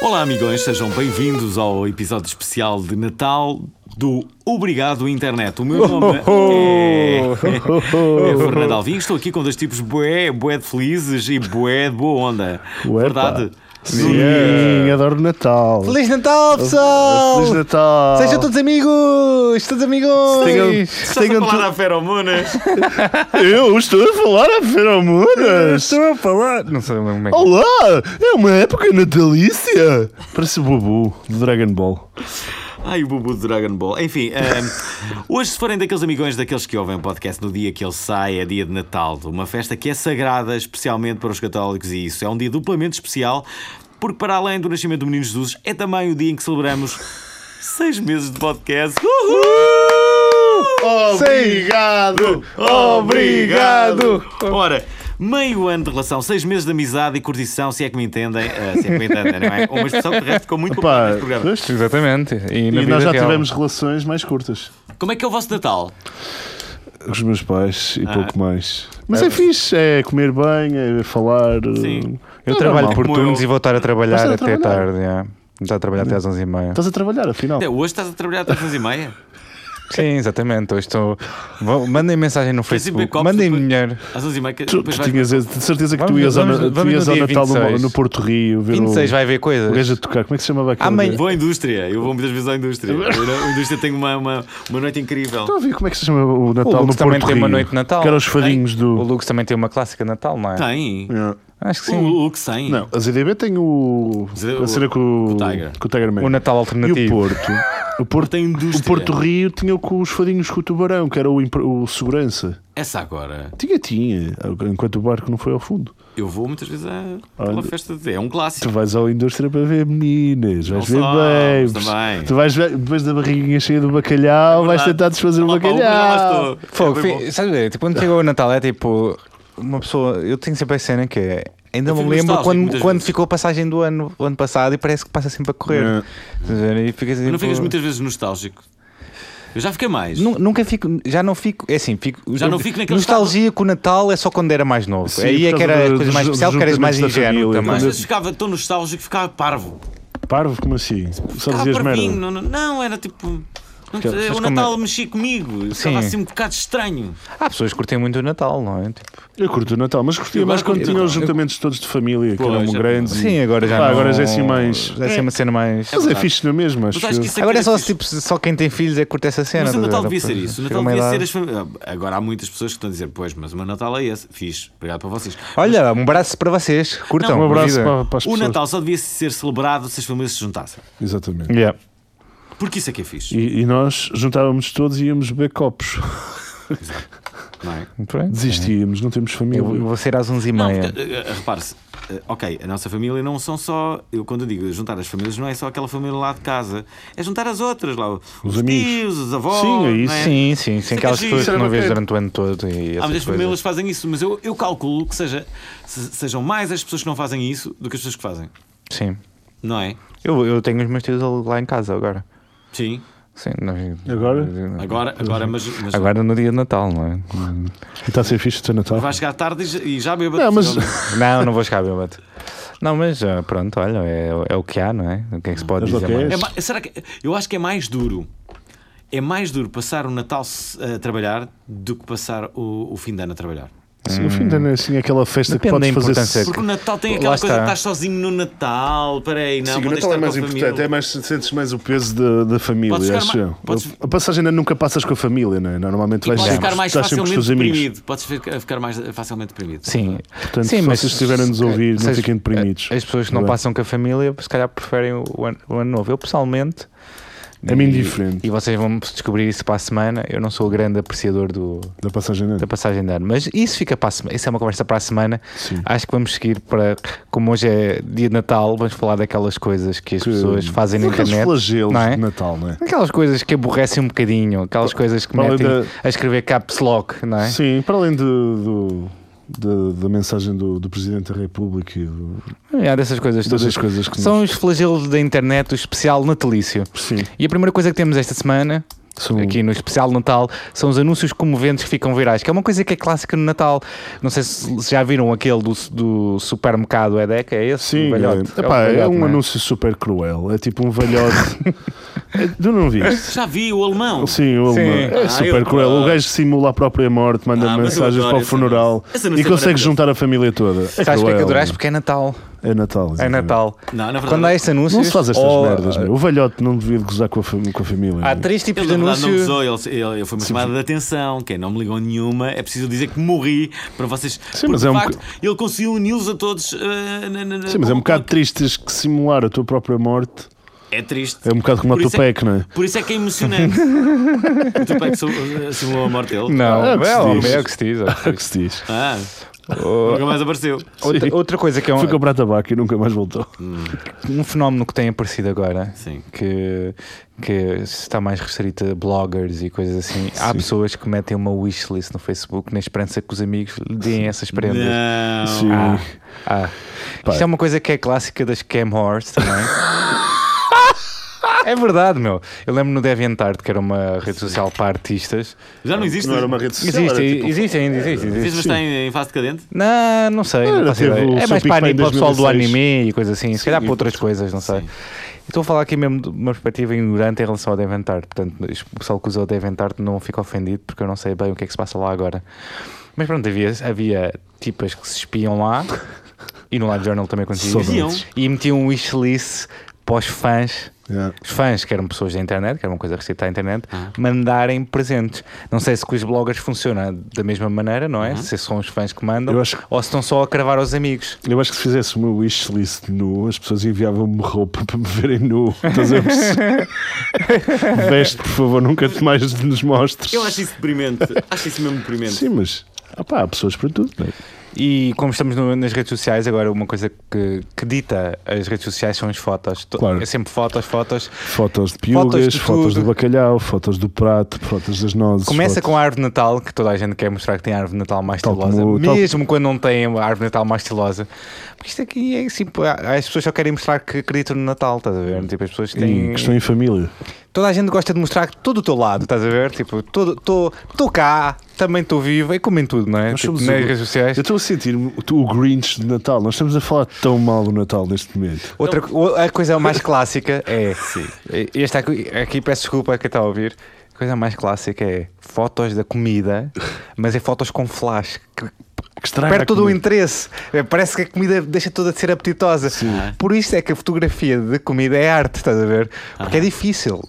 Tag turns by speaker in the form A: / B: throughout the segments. A: Olá, amigões, sejam bem-vindos ao episódio especial de Natal do Obrigado Internet. O meu nome
B: Oh,
A: é, é Fernando Alvim, estou aqui com dois tipos bué, bué de felizes e bué de boa onda.
B: Ué,
A: Verdade?
B: pá. Sim, adoro Natal.
C: Feliz Natal, pessoal!
B: Feliz Natal.
C: Sejam todos amigos! Todos amigos!
B: Tenham-
A: Estás a
B: tenham
A: falar a feromonas?
B: Eu estou a falar a feromonas.
C: Estou a falar! Não sei como é que.
B: Olá, é uma época natalícia. Parece o Bubu do Dragon Ball.
A: Ai, o Bubu do Dragon Ball. Enfim, ahm, hoje, se forem daqueles amigões daqueles que ouvem o podcast no dia que ele sai, é dia de Natal, de uma festa que é sagrada especialmente para os católicos, e isso é um dia duplamente especial, porque para além do nascimento do Menino Jesus, é também o dia em que celebramos seis meses de podcast.
C: Uh!
A: Uhul!
B: Obrigado,
C: obrigado.
A: Ora, meio ano de relação, seis meses de amizade e curtição, se é que me entendem, ah, se é que me entendem, não é? Uma expressão que de resto ficou muito popular
B: Pá,
A: neste programa.
B: pois,
C: Exatamente. E, na
B: e
C: vida
B: nós já
C: real.
B: tivemos relações mais curtas.
A: Como é que é o vosso Natal?
B: Com os meus pais
C: Ah.
B: e pouco mais. Mas é, fixe, é comer bem, é falar.
A: Sim.
B: eh,
C: Eu
B: é
C: trabalho
B: normal.
C: por
A: Como
C: turnos
A: eu.
C: e vou estar a trabalhar
B: Estás a
C: até
B: trabalhar. Então,
C: tarde. já. Estou a trabalhar até às 11h30.
B: Estás a trabalhar, afinal.
A: Até hoje estás a trabalhar até às 11h30?
C: Sim, exatamente. Hoje estou. Vou- Mandem mensagem no
A: Tens de beber
C: Facebook.
A: copos
C: Mandem
A: depois. Ah,
C: dinheiro.
A: Às 11h30
B: Tu,
A: depois
B: tu
A: vais...
B: tinhas de certeza que tu
C: Vamos-
B: ias ao,
C: vamos-
B: na- tu
C: vamos
B: ias
C: no
B: ao
C: dia
B: Natal no,
C: 26.
B: no Porto Rio ver
C: 26
B: o,
C: vai ver
B: o gajo a
C: coisas.
B: tocar. Como é que se chamava aquele
C: Amanhã-
B: gajo?
A: Ah, Vou à indústria, eu vou muitas vezes à indústria. Eu não- A indústria tem uma, uma, uma noite incrível.
B: Estou a ver como é que se chama o Natal
C: O
B: no
C: Lux também
B: Porto
C: tem uma
B: Rio.
C: noite de Natal.
B: Que eram os fadinhos
C: O
B: do...
C: Lux também tem uma clássica de Natal, não é?
A: Tem.
B: É.
C: Acho que
A: O,
C: sim.
A: o que tem.
B: Não, a ZDB tem o...
A: Z-
B: A cena com
A: o
B: o...
A: Tiger.
B: Com o Tiger Man.
C: O
B: E
C: Natal
B: o
C: alternativo.
B: Porto? O Porto
A: Tem é. indústria.
B: O Porto Rio tinha com os fadinhos com o tubarão, que era o, impre- o segurança.
A: Essa agora.
B: Tinha, tinha, enquanto o barco não foi ao fundo.
A: Eu vou muitas vezes à
B: Olha.
A: pela festa de. É um
B: Tu
A: clássico.
B: vais à indústria para ver meninas, vais
A: Não
B: ver
A: só,
B: babes.
A: mas também. É
B: Tu vais ver, depois da barriguinha cheia do bacalhau, vais
A: verdade.
B: tentar desfazer o
A: Opa, uma já lá
B: bacalhau.
A: estou.
C: Fogo,
A: É bem bom.
C: fi- sabe, é, tipo, quando chegou o Natal é tipo uma pessoa. Eu tenho sempre a cena que é. Ainda
A: Eu
C: me
A: fico
C: lembro
A: nostálgico
C: quando,
A: muitas
C: quando
A: vezes.
C: ficou a passagem do ano, o ano passado e parece que passa sempre a
B: É.
C: correr. Estás a ver? E fica assim,
A: Não
C: tipo,
A: ficas muitas vezes nostálgico. Eu já fiquei mais.
C: nu- Nunca fico, já não fico, é assim, fico,
A: Já não fico naquele
C: nostalgia com o Natal é só quando era mais novo.
B: Sim,
C: Aí é
B: por
C: que
B: causa
C: era
B: do-
C: a coisa mais
B: do
C: especial, porque eras mais
B: juntamento da
C: ingênuo
B: família,
C: também.
A: Às
B: quando-
A: vezes ficava tão nostálgico que ficava parvo.
B: Parvo, como assim? Só
A: Ficava
B: dizias
A: parvinho.
B: merda.
A: Não, não, não, era tipo. não te-
C: Mas
A: o
C: como
A: Natal
C: é-
A: mexia comigo. Estava
C: Sim.
A: assim um bocado estranho.
C: Há pessoas que curtem muito o Natal, não é? Tipo,
B: Eu curto o Natal, mas curtia
A: Eu
B: mais
A: agora
B: quando
A: curto o
B: tinha os
A: Natal.
B: juntamentos todos de família, que
A: Pois,
B: eram
A: é
B: grandes. e-
C: sim, agora já
B: Pá,
C: não.
B: agora já é assim mais-
C: Já é assim uma cena mais.
B: Mas é fixe, não é mesmo? Acho
A: Tu achas
B: eu.
A: que isso é que
C: Agora é
A: era
C: só,
A: fixe?
C: tipo, só quem tem filhos é que curte essa cena.
A: Mas o
C: estás a
A: Natal
C: ver?
A: devia ser isso. O
C: Chega
A: Natal
C: uma
A: devia
C: idade-
A: ser as famílias. Agora há muitas pessoas que estão a dizer, pois, mas o meu Natal é esse. Fiz. Obrigado para vocês.
C: Olha, um abraço para vocês. Curtam.
A: Não,
B: Um
C: a
B: abraço
C: Então, vida.
B: para, para as
A: O
B: pessoas.
A: Natal só devia ser celebrado se as famílias se juntassem.
B: Exatamente.
C: Yeah.
A: Porque isso é que é fixe.
B: E, e nós juntávamos todos e íamos beber copos.
A: Não é?
C: Muito bem.
B: Desistíamos, não temos família.
C: Eu vou- vou sair às 11h30.
A: Não, porque, eh, eh, repare-se, eh, ok, a nossa família não são só. Eu quando digo juntar as famílias, não é só aquela família lá de casa, é juntar as outras, lá os,
B: amigos.
A: tios, os avós.
B: Sim, é isso.
A: não
C: Sim, sim,
A: Isso é
C: sim. Aquelas
A: que é
C: pessoas
A: giro.
C: que não vês
B: Isso era
C: durante o ano todo. E
A: Há
C: essas
A: muitas
C: coisas.
A: famílias que fazem isso, mas eu, eu calculo que seja, se- sejam mais as pessoas que não fazem isso do que as pessoas que fazem,
C: Sim.
A: não é?
C: Eu, eu tenho os meus tios lá em casa agora.
A: Sim,
C: Sim, nós-
B: Agora?
A: agora, agora, mas, mas
C: Uhum. Agora no dia de Natal, não é?
B: E está a ser fixe o teu Natal.
A: vai chegar tarde e já- e já bêbado.
B: Não, mas-
A: possivelmente.
C: não, não vou chegar bêbado. Não, mas ah, pronto, olha, é, é o que há, não é? O que é que se pode
B: Mas
C: dizer
B: ok.
C: mais?
A: É ma- será que eu acho que é mais duro? É mais duro passar o Natal se- a trabalhar do que passar o, o fim de ano a trabalhar.
B: Sim, o fim de ano é assim aquela festa que
C: Depende
B: podes
C: da
B: fazer.
C: importância.
A: Porque o Natal tem
C: Lá
A: aquela coisa
C: está.
A: de estás sozinho no Natal. Peraí, não,
B: Sim, o
A: vou
B: Natal é
A: deixar
B: mais
A: com a
B: importante,
A: família.
B: é mais, sentes mais o peso da, da
A: Podes
B: família,
A: ficar
B: acho
A: ma-
B: eu.
A: podes-
B: A passagem ainda nunca passas com a família, não é? Normalmente
A: E
B: vais
A: podes
B: sempre,
A: ficar mais
B: estás sempre com os
A: facilmente
B: teus amigos.
A: deprimido. Podes ficar ficar mais eh, facilmente deprimido.
C: Sim,
B: Portanto,
C: sim
B: se vocês estiverem a nos ouvir, não
C: se as-
B: fiquem deprimidos.
C: As pessoas que não
B: Tá bem?
C: passam com a família, se calhar preferem o ano, o ano novo. Eu pessoalmente
B: É-me indiferente.
C: E vocês vão descobrir isso para a semana. Eu não sou o grande apreciador do,
B: Da passagem é de
C: da
B: ano.
C: passagem de ano. Mas isso fica para a semana. Isso é uma conversa para a semana.
B: Sim.
C: Acho que vamos seguir para. Como hoje é dia de Natal, vamos falar daquelas coisas que as
B: Que-
C: pessoas fazem na
B: Aqueles
C: internet.
B: flagelos
C: não é?
B: de Natal, não é?
C: Aquelas coisas que aborrecem um bocadinho, aquelas coisas que
B: para além
C: metem
B: da-
C: a escrever caps lock, não é?
B: Sim, para além do, do- da, da mensagem do, do Presidente da República e do,
C: Há dessas coisas todas.
B: dessas coisas que
C: é São os flagelos da internet, o especial natalício.
B: nos... Sim,
C: E a primeira coisa que temos esta semana,
B: são
C: aqui no especial de Natal, são os anúncios comoventes que ficam virais, que é uma coisa que é clássica no Natal. Não sei se se já viram aquele do, do supermercado EDEC, é esse?
B: Sim,
C: O velhote.
B: é,
C: o
B: Epá, é
C: velhote,
B: um
C: não é?
B: anúncio super cruel. É tipo um velhote. É, tu não viste?
A: Já vi o alemão.
B: Sim, o
C: Sim.
B: alemão. É
A: Ah,
B: super
A: eu-
B: cruel. O gajo simula a própria morte, manda
A: Ah, mas eu
B: mensagens
A: adoro
B: para o
A: esse
B: funeral
A: anúncio. Esse anúncio
B: e
A: é
B: consegue
A: maravilhoso.
B: juntar a família toda. É
C: Sabes porque é que
B: cruel,
C: adoraste?
B: meu.
C: Porque é Natal.
B: É Natal.
C: É
B: exatamente.
C: Natal.
A: Não, na verdade,
C: Quando há estes anúncios.
B: Não se faz estas
C: ou-
B: merdas, meu. O velhote não devia gozar com a, fam- com a família.
C: Há
B: meu.
C: três tipos
A: Ele,
C: de
A: na verdade, não
C: anúncios.
A: gozou, ele, ele, ele foi uma chamada de atenção, quem não me ligou nenhuma, é preciso dizer que morri para vocês. porque,
B: mas
A: de
B: é um
A: facto, ele conseguiu uni-los a todos. eh, na- na- na-
B: Sim, mas é um
A: com-
B: bocado triste teres que simular a tua própria morte.
A: É triste.
B: É um bocado como a
A: Por isso é-
B: Tupac, não é?
A: Por isso é que é emocionante. um, o Tupac sim- simulou a morte dele.
C: Não,
B: É o que se
C: é o
B: diz.
C: é o que se diz. é o que se
B: É o
C: diz.
B: que se diz.
A: Ah, nunca mais apareceu.
B: Sim.
C: Outra, outra coisa que é um,
B: Foi comprar tabaco e nunca mais voltou.
C: um fenómeno que tem aparecido agora,
A: Sim.
C: que, que está mais restrito a bloggers e coisas assim. Há pessoas que metem uma wishlist no Facebook na esperança que os amigos lhe deem essas prendas.
A: Não.
B: Sim.
C: Ah, ah.
B: Pá.
C: Isto é uma coisa que é clássica das cam whores também. É verdade, meu. Eu lembro no DeviantArt, que era uma rede social para artistas.
A: Já não existe.
B: rede
C: Existe,
A: tipo
C: existe ainda, existe, existe.
A: Existe, mas está em, em fase decadente?
C: Não, não sei.
B: Era,
C: Não faço
B: teve
C: ideia.
B: o
C: É
B: seu
C: mais
B: Big
C: para
B: Bang
C: anime, para o pessoal do
B: 2006.
C: anime e coisas assim. se
B: Sim,
C: calhar
B: e
C: para outras coisas, não sei.
A: Sim.
C: Estou a falar aqui mesmo de uma perspectiva ignorante em relação ao Deventart. Portanto, o pessoal que usa o Deventart não fica ofendido porque eu não sei bem o que é que se passa lá agora. Mas pronto, havia, havia tipas que se espiam lá e no Live Journal também acontecia isso.
A: Saudades.
C: E metiam um wishlist para os fãs
B: Yeah.
C: os fãs, que eram pessoas da internet, que era uma coisa restrita à internet, mandarem presentes. Não sei se com os bloggers funciona da mesma maneira, não é? Se são os fãs que mandam
B: Eu acho que-
C: ou se estão só a cravar aos amigos.
B: Eu acho que se fizesse uma wishlist nu, as pessoas enviavam-me roupa para me verem nu. Estás a perceber? Veste, por favor, nunca te mais nos mostres.
A: Eu acho isso deprimente. acho isso mesmo deprimente.
B: Sim, mas ah pá, há pessoas para tudo. não é?
C: E como estamos no- nas redes sociais, agora uma coisa que, que dita as redes sociais são as fotos. To-
B: Claro.
C: É sempre fotos, fotos.
B: Fotos de
C: Fotos de
B: piugas, fotos,
C: tudo.
B: do bacalhau, fotos do prato, fotos das nozes.
C: Começa
B: fotos-
C: com a árvore de Natal, que toda a gente quer mostrar que tem a árvore de Natal mais
B: Tal
C: estilosa,
B: como- tal-
C: mesmo quando não tem a árvore de Natal mais estilosa. Porque isto aqui é simples, as pessoas só querem mostrar que acreditam no Natal, estás a ver? Tipo, as pessoas têm.
B: e que estão em família.
C: Toda a gente gosta de mostrar todo o teu lado, estás a ver? Tipo, estou cá, também estou vivo, e comem tudo, não é?
B: Nós
C: Tipo,
B: somos
C: nas
B: o-
C: redes sociais.
B: Eu estou a sentir o, o Grinch de Natal. Nós estamos a falar tão mal do Natal neste momento.
C: Outra co- a coisa mais clássica é. Esta aqui, aqui peço desculpa a quem está a ouvir. A coisa mais clássica é fotos da comida, mas é fotos com flash. Que
B: Que estraga
C: perde
B: a
C: todo o
B: Ah, comida.
C: interesse. É, Parece que a comida deixa toda de ser apetitosa. Por isso é que a fotografia de comida é arte, estás a ver? Porque é difícil.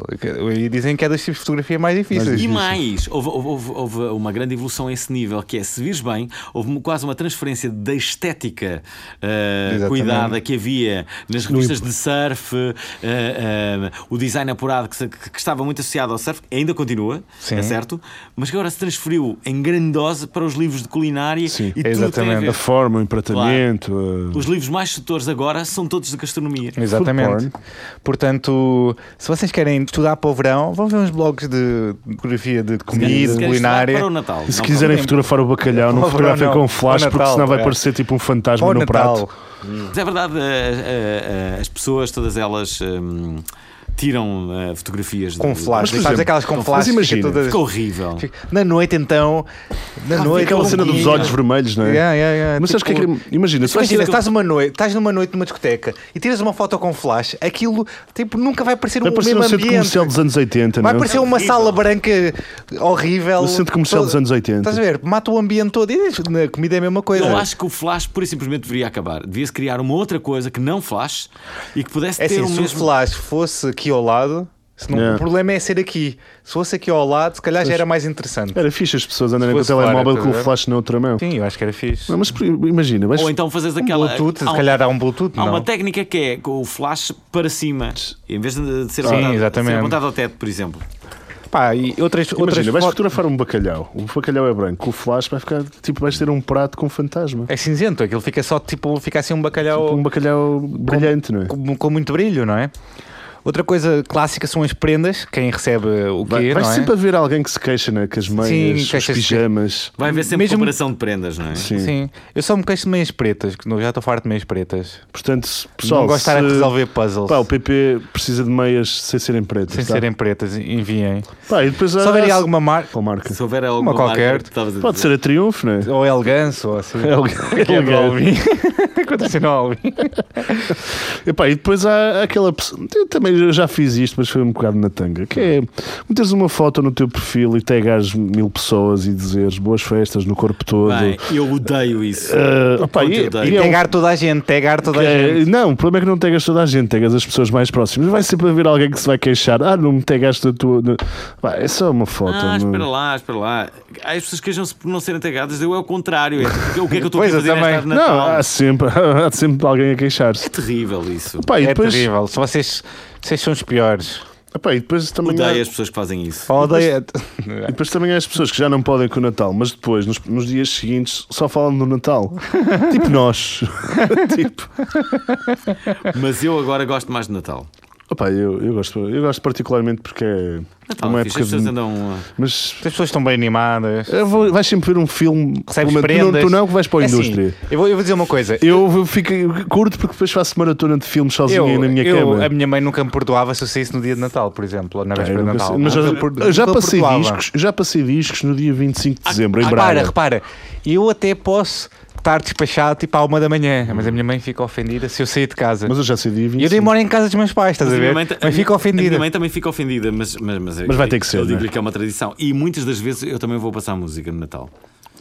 C: E dizem que é dos tipos de fotografia mais difíceis.
A: E mais, houve, houve- houve- houve uma grande evolução a esse nível, que é, se vires bem, houve uma- quase uma transferência da estética eh,
C: Exatamente.
A: cuidada que havia nas revistas de surf, eh, eh, o design apurado que, se- que- que estava muito associado ao surf, ainda continua,
C: Sim.
A: é certo, mas que agora se transferiu em grande dose para os livros de culinária
B: Sim.
A: e tudo tem a
C: Exatamente.
A: ver.
B: A forma, o empratamento. a-
A: Os livros mais setores agora são todos de gastronomia.
C: Exatamente.
B: Food
C: Portanto, se vocês querem estudar para o verão, vão ver uns blogs de fotografia de
A: Se
C: comida, de
A: queres
C: culinária.
A: estudar Para o Natal.
B: E se
A: não
B: quiserem
C: problema.
B: fotografar o bacalhau, não
C: Para o
B: fotografem
C: verão,
B: com
C: não.
B: flash,
C: Para o
B: porque senão vai
C: Natal, é.
B: parecer tipo um fantasma
C: Para o
B: no
C: Natal.
B: prato.
A: Mas é verdade, eh, eh, eh, as pessoas, todas elas hum, tiram eh, fotografias
C: Com
A: de-
C: flash.
B: Mas, por
C: Sabes
B: exemplo,
C: aquelas com
B: mas
C: flash? fica
B: imagina,
C: todas-
A: Ficou Ah, horrível.
C: fica- Na noite, então. Na
B: E
C: noite.
B: aquela
C: com
B: cena dos
C: comida.
B: olhos vermelhos, não é?
C: um Yeah, yeah, yeah.
B: Mas sabes o que é
C: Tipo,
B: que. Imagina, se vais
C: Imagina,
B: tirar-
C: estás, uma noite, estás numa noite numa discoteca e tiras uma foto com flash, aquilo tipo, nunca vai parecer
B: Vai
C: o
B: parecer
C: mesmo
B: um centro
C: ambiente.
B: comercial dos anos 80,
C: Vai
B: não é?
C: parecer um uma
A: Horrível.
C: sala branca horrível.
B: Um centro comercial
C: Todo-
B: dos anos 80.
C: Estás a ver? Mata o ambiente todo. E na comida é a mesma coisa.
A: Eu acho que o flash pura e simplesmente deveria acabar. Devia-se criar uma outra coisa que não flash e que pudesse
C: É
A: ter
C: assim,
A: o
C: se o
A: mesmo.
C: Flash fosse aqui ao lado, Se não-
B: Yeah.
C: O problema é ser aqui. Se fosse aqui ao lado, se calhar já era mais interessante.
B: Era fixe as pessoas andarem com o
C: fosse fora,
B: telemóvel
C: estás
B: com o
C: a ver?
B: flash na outra mão.
C: Sim, eu acho que era fixe.
B: Não, mas por- imagina, mas
A: Ou então fazes aquela.
C: Bluetooth,
A: há
C: se
A: um-
C: calhar há um Bluetooth,
A: Há
C: não.
A: uma técnica que é com o flash para cima, em vez de de ser,
C: Sim,
A: apontado,
C: exatamente.
A: ser apontado ao teto, por exemplo.
C: Pá, e outras, outras
B: imagina, vais
C: fotos-
B: fotografar um bacalhau. O bacalhau é branco, o flash vai ficar tipo, vais ter um prato com fantasma.
C: É cinzento, aquilo fica só tipo, fica assim um bacalhau
B: Um bacalhau brilhante, não é?
C: com, com muito brilho, não é? Outra coisa clássica são as prendas, quem recebe o
B: Vai,
C: quê,
B: vai
C: não é?
B: sempre haver alguém que se queixa, né? Que as meias, os
C: queixa-se.
B: pijamas.
A: Vai haver sempre
C: Mesmo-
A: comparação de prendas, não é?
B: Sim.
C: Sim, eu só me queixo de meias pretas, que não- já estou farto de meias pretas.
B: Portanto, se- pessoal,
C: não gosto de estar a
B: se-
C: resolver puzzles
B: pá, o PP precisa de meias sem serem pretas.
C: sem
B: tá?
C: serem pretas, enviem.
B: Pá, e depois
C: Se
B: há-
C: houver aí
B: há-
C: alguma marca,
B: qual marca.
A: Se houver alguma
C: Uma qualquer.
A: marca que estavas a
B: Pode
A: dizer.
B: ser a Triunfo, não é?
C: ou Elganso, ou assim.
B: Elganso.
C: Que é do Alvin. Aconteceu no Alvin.
B: Epá, e depois há aquela pessoa. Eu também eu já fiz isto, mas foi um bocado na tanga. Que é meteres uma foto no teu perfil e tagas mil pessoas e dizeres boas festas no corpo todo.
A: Bem, eu odeio isso.
C: Eh,
B: Ah, opá,
A: Quanto
B: e-
A: eu dei.
B: e é um-
C: Pegar toda a gente, pegar toda a gente.
B: é, não, o problema é que não tagas toda a gente, tagas as pessoas mais próximas. Vai sempre haver alguém que se vai queixar. Ah, não me tagas da tua. da- Pá, é só uma foto.
A: Ah,
B: não-
A: espera lá, espera lá. Há As pessoas queixam-se por não serem tagadas, eu é o contrário. É, tipo, o que é que eu estou aqui a
C: Pois,
A: fazer
C: eu
A: nesta
C: também.
A: árvore de
B: Não,
A: Natal?
B: há sempre, há sempre alguém a queixar-se.
A: É terrível isso.
B: Pá, e
C: É
B: depois,
C: terrível. Se vocês, vocês são os piores.
B: epá, e depois também há-
A: Odeio as pessoas que fazem isso.
C: Odeia.
B: E depois também há as pessoas que já não podem com o Natal, mas depois, nos, nos dias seguintes, só falam do Natal. tipo nós. tipo.
A: Mas eu agora gosto mais de Natal.
B: Opa, eu, eu, gosto, eu gosto particularmente porque é
A: Natal
B: uma
A: é fixe,
B: época
A: as pessoas
B: de.
A: andam. uh,
B: Mas
C: As pessoas estão bem animadas.
B: eu vou- vais sempre ver um filme.
C: Recebes
B: pelo menos- tu, não,
C: prendas.
B: tu não que vais para a
C: É assim,
B: indústria.
C: eu, vou, eu vou dizer uma coisa.
B: Eu vou- fico, eu curto porque depois faço maratona de filmes sozinho
C: Eu,
B: aí na minha
C: eu-
B: cama.
C: a minha mãe nunca me perdoava se eu saísse no dia de Natal, por exemplo, ou na
B: Pá, eu
C: véspera de
B: nunca
C: Natal.
B: sei- mas já,
C: Nunca per-
B: eu já
C: nunca
B: passei
C: perdoava.
B: discos, já passei discos no dia 25 de dezembro, em
C: Repara,
B: Braga.
C: repara, eu até posso estar despachado tipo à uma da manhã, mas a minha mãe fica ofendida se eu sair de casa.
B: Mas eu já sei dia
C: E
B: 25.
C: eu nem moro em casa dos meus pais, estás a
A: minha
C: ver?
A: mãe ta- a
C: mas
A: minha-
C: fica
A: A
C: ofendida.
A: minha mãe também fica ofendida, mas, mas,
B: Mas vai ter que ser,
A: Eu digo-lhe
B: né?
A: que é uma tradição. E muitas das vezes eu também vou passar música no Natal.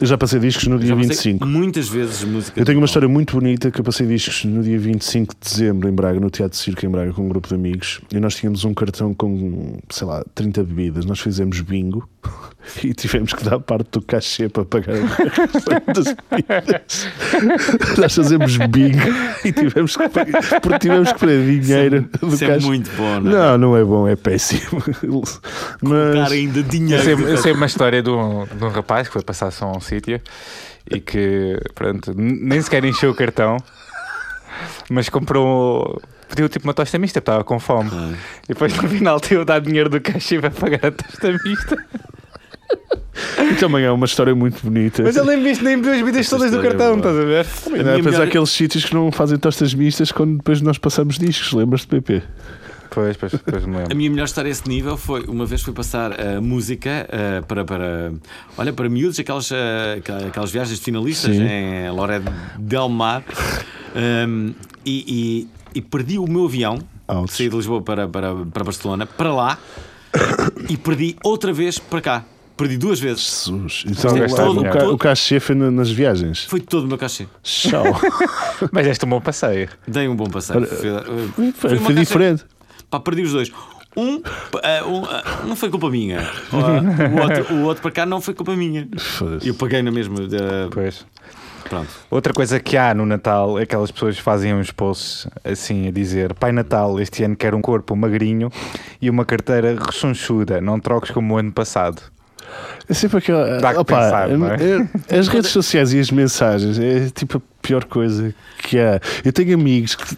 B: Eu já passei discos no
A: Já
B: dia
A: passei
B: 25.
A: Muitas vezes música.
B: Eu tenho
A: no
B: uma
A: Natal.
B: história muito bonita que eu passei discos no dia 25 de dezembro em Braga, no Teatro Circo em Braga, com um grupo de amigos. E nós tínhamos um cartão com, sei lá, 30 bebidas. Nós fizemos bingo e tivemos que dar parte do cachê para pagar o resto das bebidas. Nós fazemos bingo e tivemos que pagar, porque tivemos que pagar dinheiro do
A: Isso é
B: cachê.
A: muito bom, não é?
B: Não, não é bom, é péssimo.
A: Dar
B: Mas é
A: ainda
C: Eu
A: dinheiro.
C: sei, eu sei uma história de um, de um rapaz que foi passar só a um sítio e que, pronto, n- nem sequer encheu o cartão, mas comprou. Pediu tipo uma tosta mista, porque estava com fome.
A: Ah.
C: E depois no final teve de dar dinheiro do cachê para pagar a tosta mista.
B: também é uma história muito bonita.
C: Mas ele nem visto nem duas vidas todas do
A: história é
C: cartão,
A: boa.
C: estás a ver?
A: A
B: Não,
A: minha
B: depois há
A: melhor-
B: aqueles sítios que não fazem tostas mistas quando depois nós passamos discos, lembras-te, PP?
C: Pois, pois, pois me
A: A
C: lembro.
A: minha melhor história a esse nível foi uma vez fui passar a música ah, para, para olha para miúdos aquelas, ah, aqua- aquelas viagens de finalistas
B: Sim.
A: em Loré Del Mar Ahm, e, e- e perdi o meu avião
B: Ouch.
A: saí de Lisboa para, para, para Barcelona para lá e perdi outra vez para cá perdi duas vezes
B: Jesus. Então,
C: Sim,
B: o,
C: claro.
B: o, ca- o cachê foi na- nas viagens.
A: foi todo o meu cachê
B: Tchau.
C: Mas deste um bom passeio.
A: dei um bom passeio foi, eh,
B: Foi,
A: foi uma
B: foi
A: caixa-
B: diferente.
A: Pá, perdi os dois. Um, ah, um, ah, um foi culpa minha. Ah, o, outro, o outro para cá não foi culpa minha.
B: Foda-se.
A: Eu paguei na mesma. ah,
C: Pois.
A: pronto.
C: Outra coisa que há no Natal é que aquelas pessoas que fazem uns posts assim a dizer Pai Natal, este ano quero um corpo magrinho e uma carteira rechonchuda, não troques como o ano passado.
B: É sempre aquela.
C: Dá que
B: Opa,
C: pensar, não é?
B: é- As redes sociais e as mensagens é tipo a pior coisa que há. Eu tenho amigos que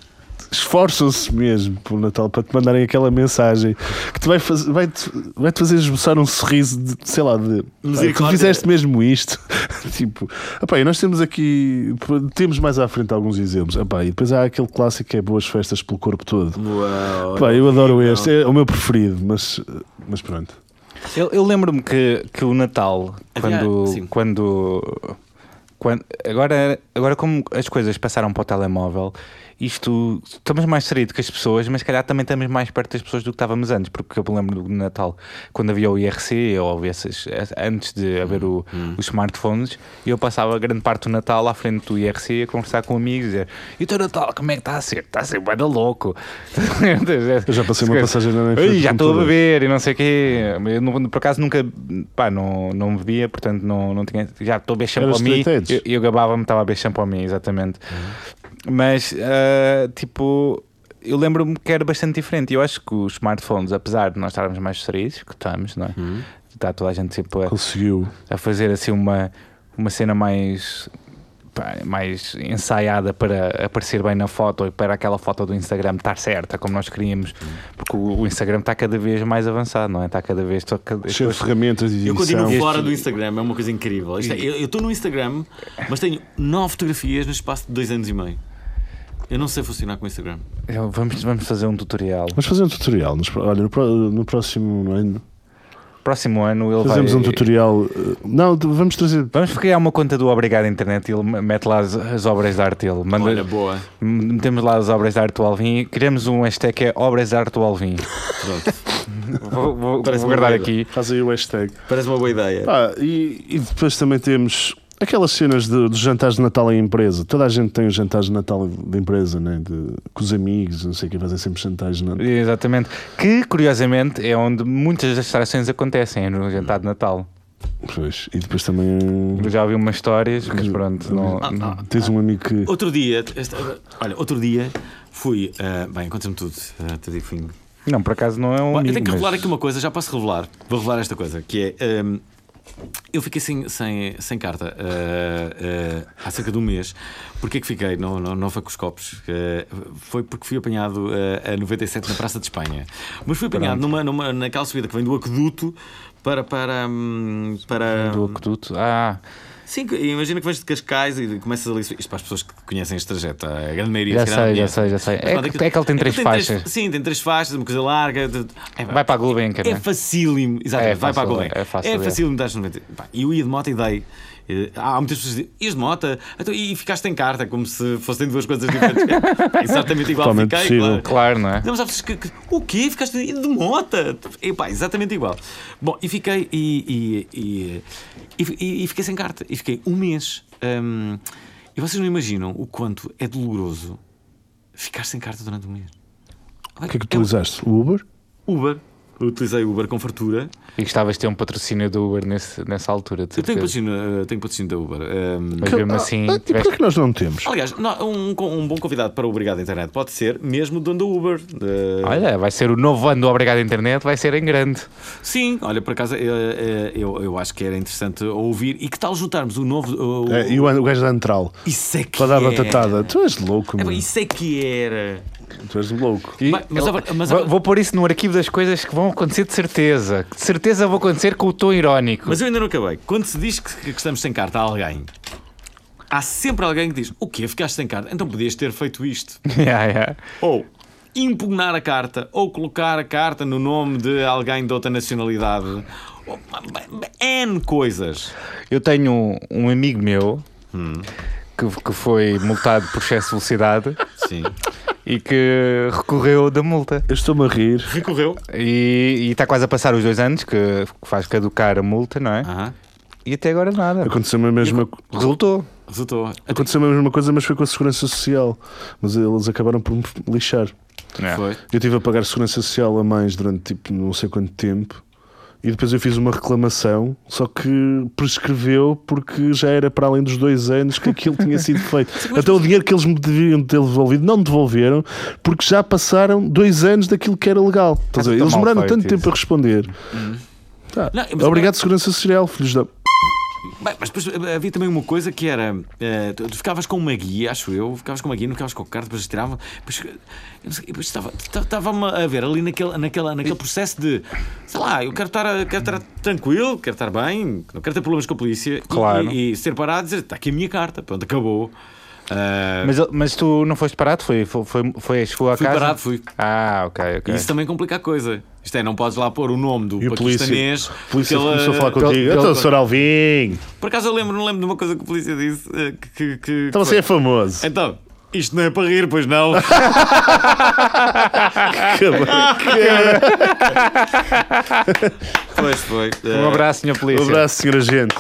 B: esforçam-se mesmo pelo Natal para te mandarem aquela mensagem que te vai, faz, vai, -te, vai -te fazer esboçar um sorriso de, sei lá, de
A: Mas
B: "Pá,
A: é
B: tu
A: claro-
B: fizeste mesmo isto. tipo, opa, e nós temos aqui, temos mais à frente alguns exemplos. Opa, e depois há aquele clássico que é boas festas pelo corpo todo.
A: Uau.
B: Pá, eu adoro este, é o meu preferido, mas, mas pronto.
C: Eu, eu lembro-me que, que o Natal,
A: Havia-
C: quando,
A: sim.
C: quando quando- agora, agora, como as coisas passaram para o telemóvel, isto estamos mais serido que as pessoas, mas se calhar também estamos mais perto das pessoas do que estávamos antes, porque eu me lembro do Natal, quando havia o IRC, ou havia essas, antes de haver o- os smartphones, eu passava a grande parte do Natal à frente do IRC a conversar com amigos, dizer, e o teu Natal, como é que está a ser? Está a ser bada louco.
B: Eu já passei uma passagem na frente
C: Ai,
B: do
C: já estou a
B: computador.
C: beber e não sei o quê. Eu não- por acaso nunca, pá, não, não bebia, portanto não, não tinha. Já estou a beber shampoo
B: Eras
C: a mim.
B: straight edge.
C: Eu, eu gabava-me, estava a beber shampoo a mim, exatamente. Mas, ah, tipo, eu lembro-me que era bastante diferente. Eu acho que os smartphones, apesar de nós estarmos mais felizes, que estamos, não é? Está toda a gente tipo, a,
B: Conseguiu.
C: a fazer assim uma, uma cena mais. pá, Mais ensaiada para aparecer bem na foto e para aquela foto do Instagram estar certa, como nós queríamos, porque o, o Instagram está cada vez mais avançado, não é? Está cada vez. Está cada,
B: Cheio de ferramentas de
A: Eu
B: edição.
A: continuo fora
C: Este-
A: do Instagram, é uma coisa incrível. Isto é, eu estou no Instagram, mas tenho nove fotografias no espaço de dois anos e meio. Eu não sei funcionar com o Instagram.
C: Eu- vamos, vamos fazer um tutorial.
B: Vamos fazer um tutorial. nos- Olha, no, pro- no próximo ano
C: Próximo ano ele
B: fazemos
C: vai.
B: um tutorial. eh, Não, de- vamos trazer.
C: Vamos criar uma conta do Obrigado Internet e ele mete lá as, as obras de arte. Ele manda,
A: Olha, boa.
C: Metemos lá as obras de arte do Alvin. Criamos um hashtag que é Obras de Arte do Alvin.
A: Pronto.
C: Vou, vou-
A: Parece
C: vou
A: uma
C: guardar
A: boa
C: aqui.
B: Faz aí o hashtag.
A: Parece uma boa ideia.
B: Pá, e, e depois também temos aquelas cenas de- dos jantares de Natal em empresa. Toda a gente tem os jantares de Natal de empresa, né? de, com os amigos, não sei o que, fazem sempre jantares de Natal.
C: Exatamente. Que, curiosamente, é onde muitas das distrações acontecem é no jantar de Natal.
B: Pois, e depois também.
C: Eu já ouvi umas histórias, mas pronto, não. não-
B: Tens um amigo que.
A: Outro dia, este- olha, outro dia fui. ah, bem, conta-me tudo. Ah, outro dia fui
C: Não, por acaso não é um.
A: Pá,
C: amigo,
A: eu tenho que
C: mas-
A: revelar aqui uma coisa, já posso revelar. Vou revelar esta coisa, que é. hum, eu fiquei sem, sem, sem carta ah, ah, há cerca de um mês. Porquê que fiquei? Não, não, não foi com os copos. ah, foi porque fui apanhado ah, a 97 na Praça de Espanha. Mas fui apanhado numa, numa, naquela subida que vem do aqueduto para. para, hum, para
C: Do aqueduto. Ah,
A: Sim, que- imagina que vens de Cascais e começas ali. Isto para as pessoas que conhecem este trajeto, a grande maioria se
C: Já
A: calhar, não
C: sei, já
A: conhece.
C: sei, já sei.
A: Mas
C: É
A: pronto,
C: que-
A: aquilo-
C: é que ele tem
A: aquilo
C: três faixas.
A: sim, tem três faixas, uma coisa larga. de- É,
C: vai para a Gulbenkian,
A: é
C: né?
A: facílimo, exatamente,
C: É
A: vai para a
C: fácil,
A: Gulbenkian.
C: é fácil,
A: É
C: é.
A: facílimo, estás 90. Pá, E eu ia de moto e dei. Eh, Há muitas pessoas que dizem, ias de moto? Então, e ficaste em carta, como se fossem duas coisas diferentes. É Exatamente igual
B: Totalmente
A: fiquei.
B: possível.
A: Claro.
C: Claro, não é?
A: Não, mas há pessoas que, que- O quê? Ficaste de de mota? E pá, exatamente igual. Bom, e fiquei. E, e, e, e- e fiquei sem carta. E fiquei um mês. Hum, e vocês não imaginam o quanto é doloroso ficar sem carta durante um mês. um
B: O que é que utilizaste? O Uber?
A: Uber. Eu utilizei Uber com fartura.
C: E gostavas de ter um patrocínio do Uber nesse, nessa altura. de
A: Eu tenho
C: certeza.
A: patrocínio, eh, tenho patrocínio da Uber. Hum,
C: Mas mesmo assim,
B: Ah, ah, e
C: tiveste-
B: porquê que nós não temos?
A: aliás, não, um, co- um bom convidado para o Obrigado Internet pode ser mesmo o dono da Uber. Eh, De-
C: Olha, vai ser o novo ano do Obrigado Internet, vai ser em grande.
A: Sim, olha, por acaso eh, eh, eu, eu acho que era interessante ouvir. E que tal juntarmos o novo. o-
B: É, e o, o gajo da Antral.
A: Isso é que
B: Para dar
A: era.
B: batatada. Tu és
A: É,
B: louco, mano.
A: pá, isso é que era.
B: Tu és louco.
C: E
A: Mas- mas
C: eu-
A: agora- mas
C: vou-
A: agora-
C: vou pôr isso no arquivo das coisas que vão acontecer de certeza. De certeza vão acontecer com o tom irónico.
A: Mas eu ainda não acabei. Quando se diz que, que estamos sem carta a alguém, há sempre alguém que diz: O quê? Ficaste sem carta? Então podias ter feito isto.
C: Yeah, yeah.
A: ou impugnar a carta, ou colocar a carta no nome de alguém de outra nacionalidade. Ou- N coisas.
C: Eu tenho um- um amigo meu que, que foi multado por excesso de velocidade
A: Sim.
C: e que recorreu da multa.
B: Eu estou-me a rir.
A: Recorreu.
C: E e está quase a passar os dois anos que que faz caducar a multa, não é?
A: Aham.
C: E até agora nada.
B: Aconteceu-me a mesma co-
C: Resultou.
A: Resultou.
B: Aconteceu a mesma coisa, mas foi com a Segurança Social. Mas eles acabaram por me lixar.
C: É.
A: Foi.
B: Eu tive a pagar Segurança Social a mais durante tipo não sei quanto tempo. E depois eu fiz uma reclamação, só que prescreveu porque já era para além dos dois anos que aquilo tinha sido feito. Até o dinheiro que eles me deviam ter devolvido não me devolveram porque já passaram dois anos daquilo que era legal. Estás a ver?
C: tão
B: Eles
C: tá mal
B: demoraram
C: feito
B: tanto tempo
C: isso.
B: a responder. Tá.
A: Não, mas
B: Obrigado, Segurança Social, filhos da.
A: Bem, mas depois eh, havia também uma coisa que era. eh, tu, tu ficavas com uma guia, acho eu, ficavas com uma guia, não ficavas com a carta, depois tirava. Depois, eu não sei, depois estava, esta- estava-me a ver ali naquele, naquela, naquele processo de. Sei lá, eu quero estar, a- quero estar tranquilo, quero estar bem, não quero ter problemas com a polícia. E-
C: Claro.
A: E, e ser parado e dizer: está aqui a minha carta, pronto, acabou. Ah,
C: Mas, ele- mas tu não foste parado? Foi, foi, foi, foi chegou à
A: Fui
C: casa?
A: parado, fui.
C: Ah, ok, ok.
A: Isso também complica a coisa. Isto é, não podes lá pôr o nome do
B: E a polícia,
A: paquistanês.
B: a polícia
A: porque ele,
B: começou a falar
A: eh,
B: contigo.
C: pelo-
B: então,
C: pelo-
B: Sr. Alvim,
A: Por acaso eu lembro, não lembro de uma coisa que a polícia disse. eh, que- que- que-
B: então
A: que
B: você
A: foi.
B: é famoso.
A: Então, isto não é para rir, pois não. Então, ah, pois foi. eh,
C: Um abraço, senhor polícia.
B: Um abraço, senhor agente.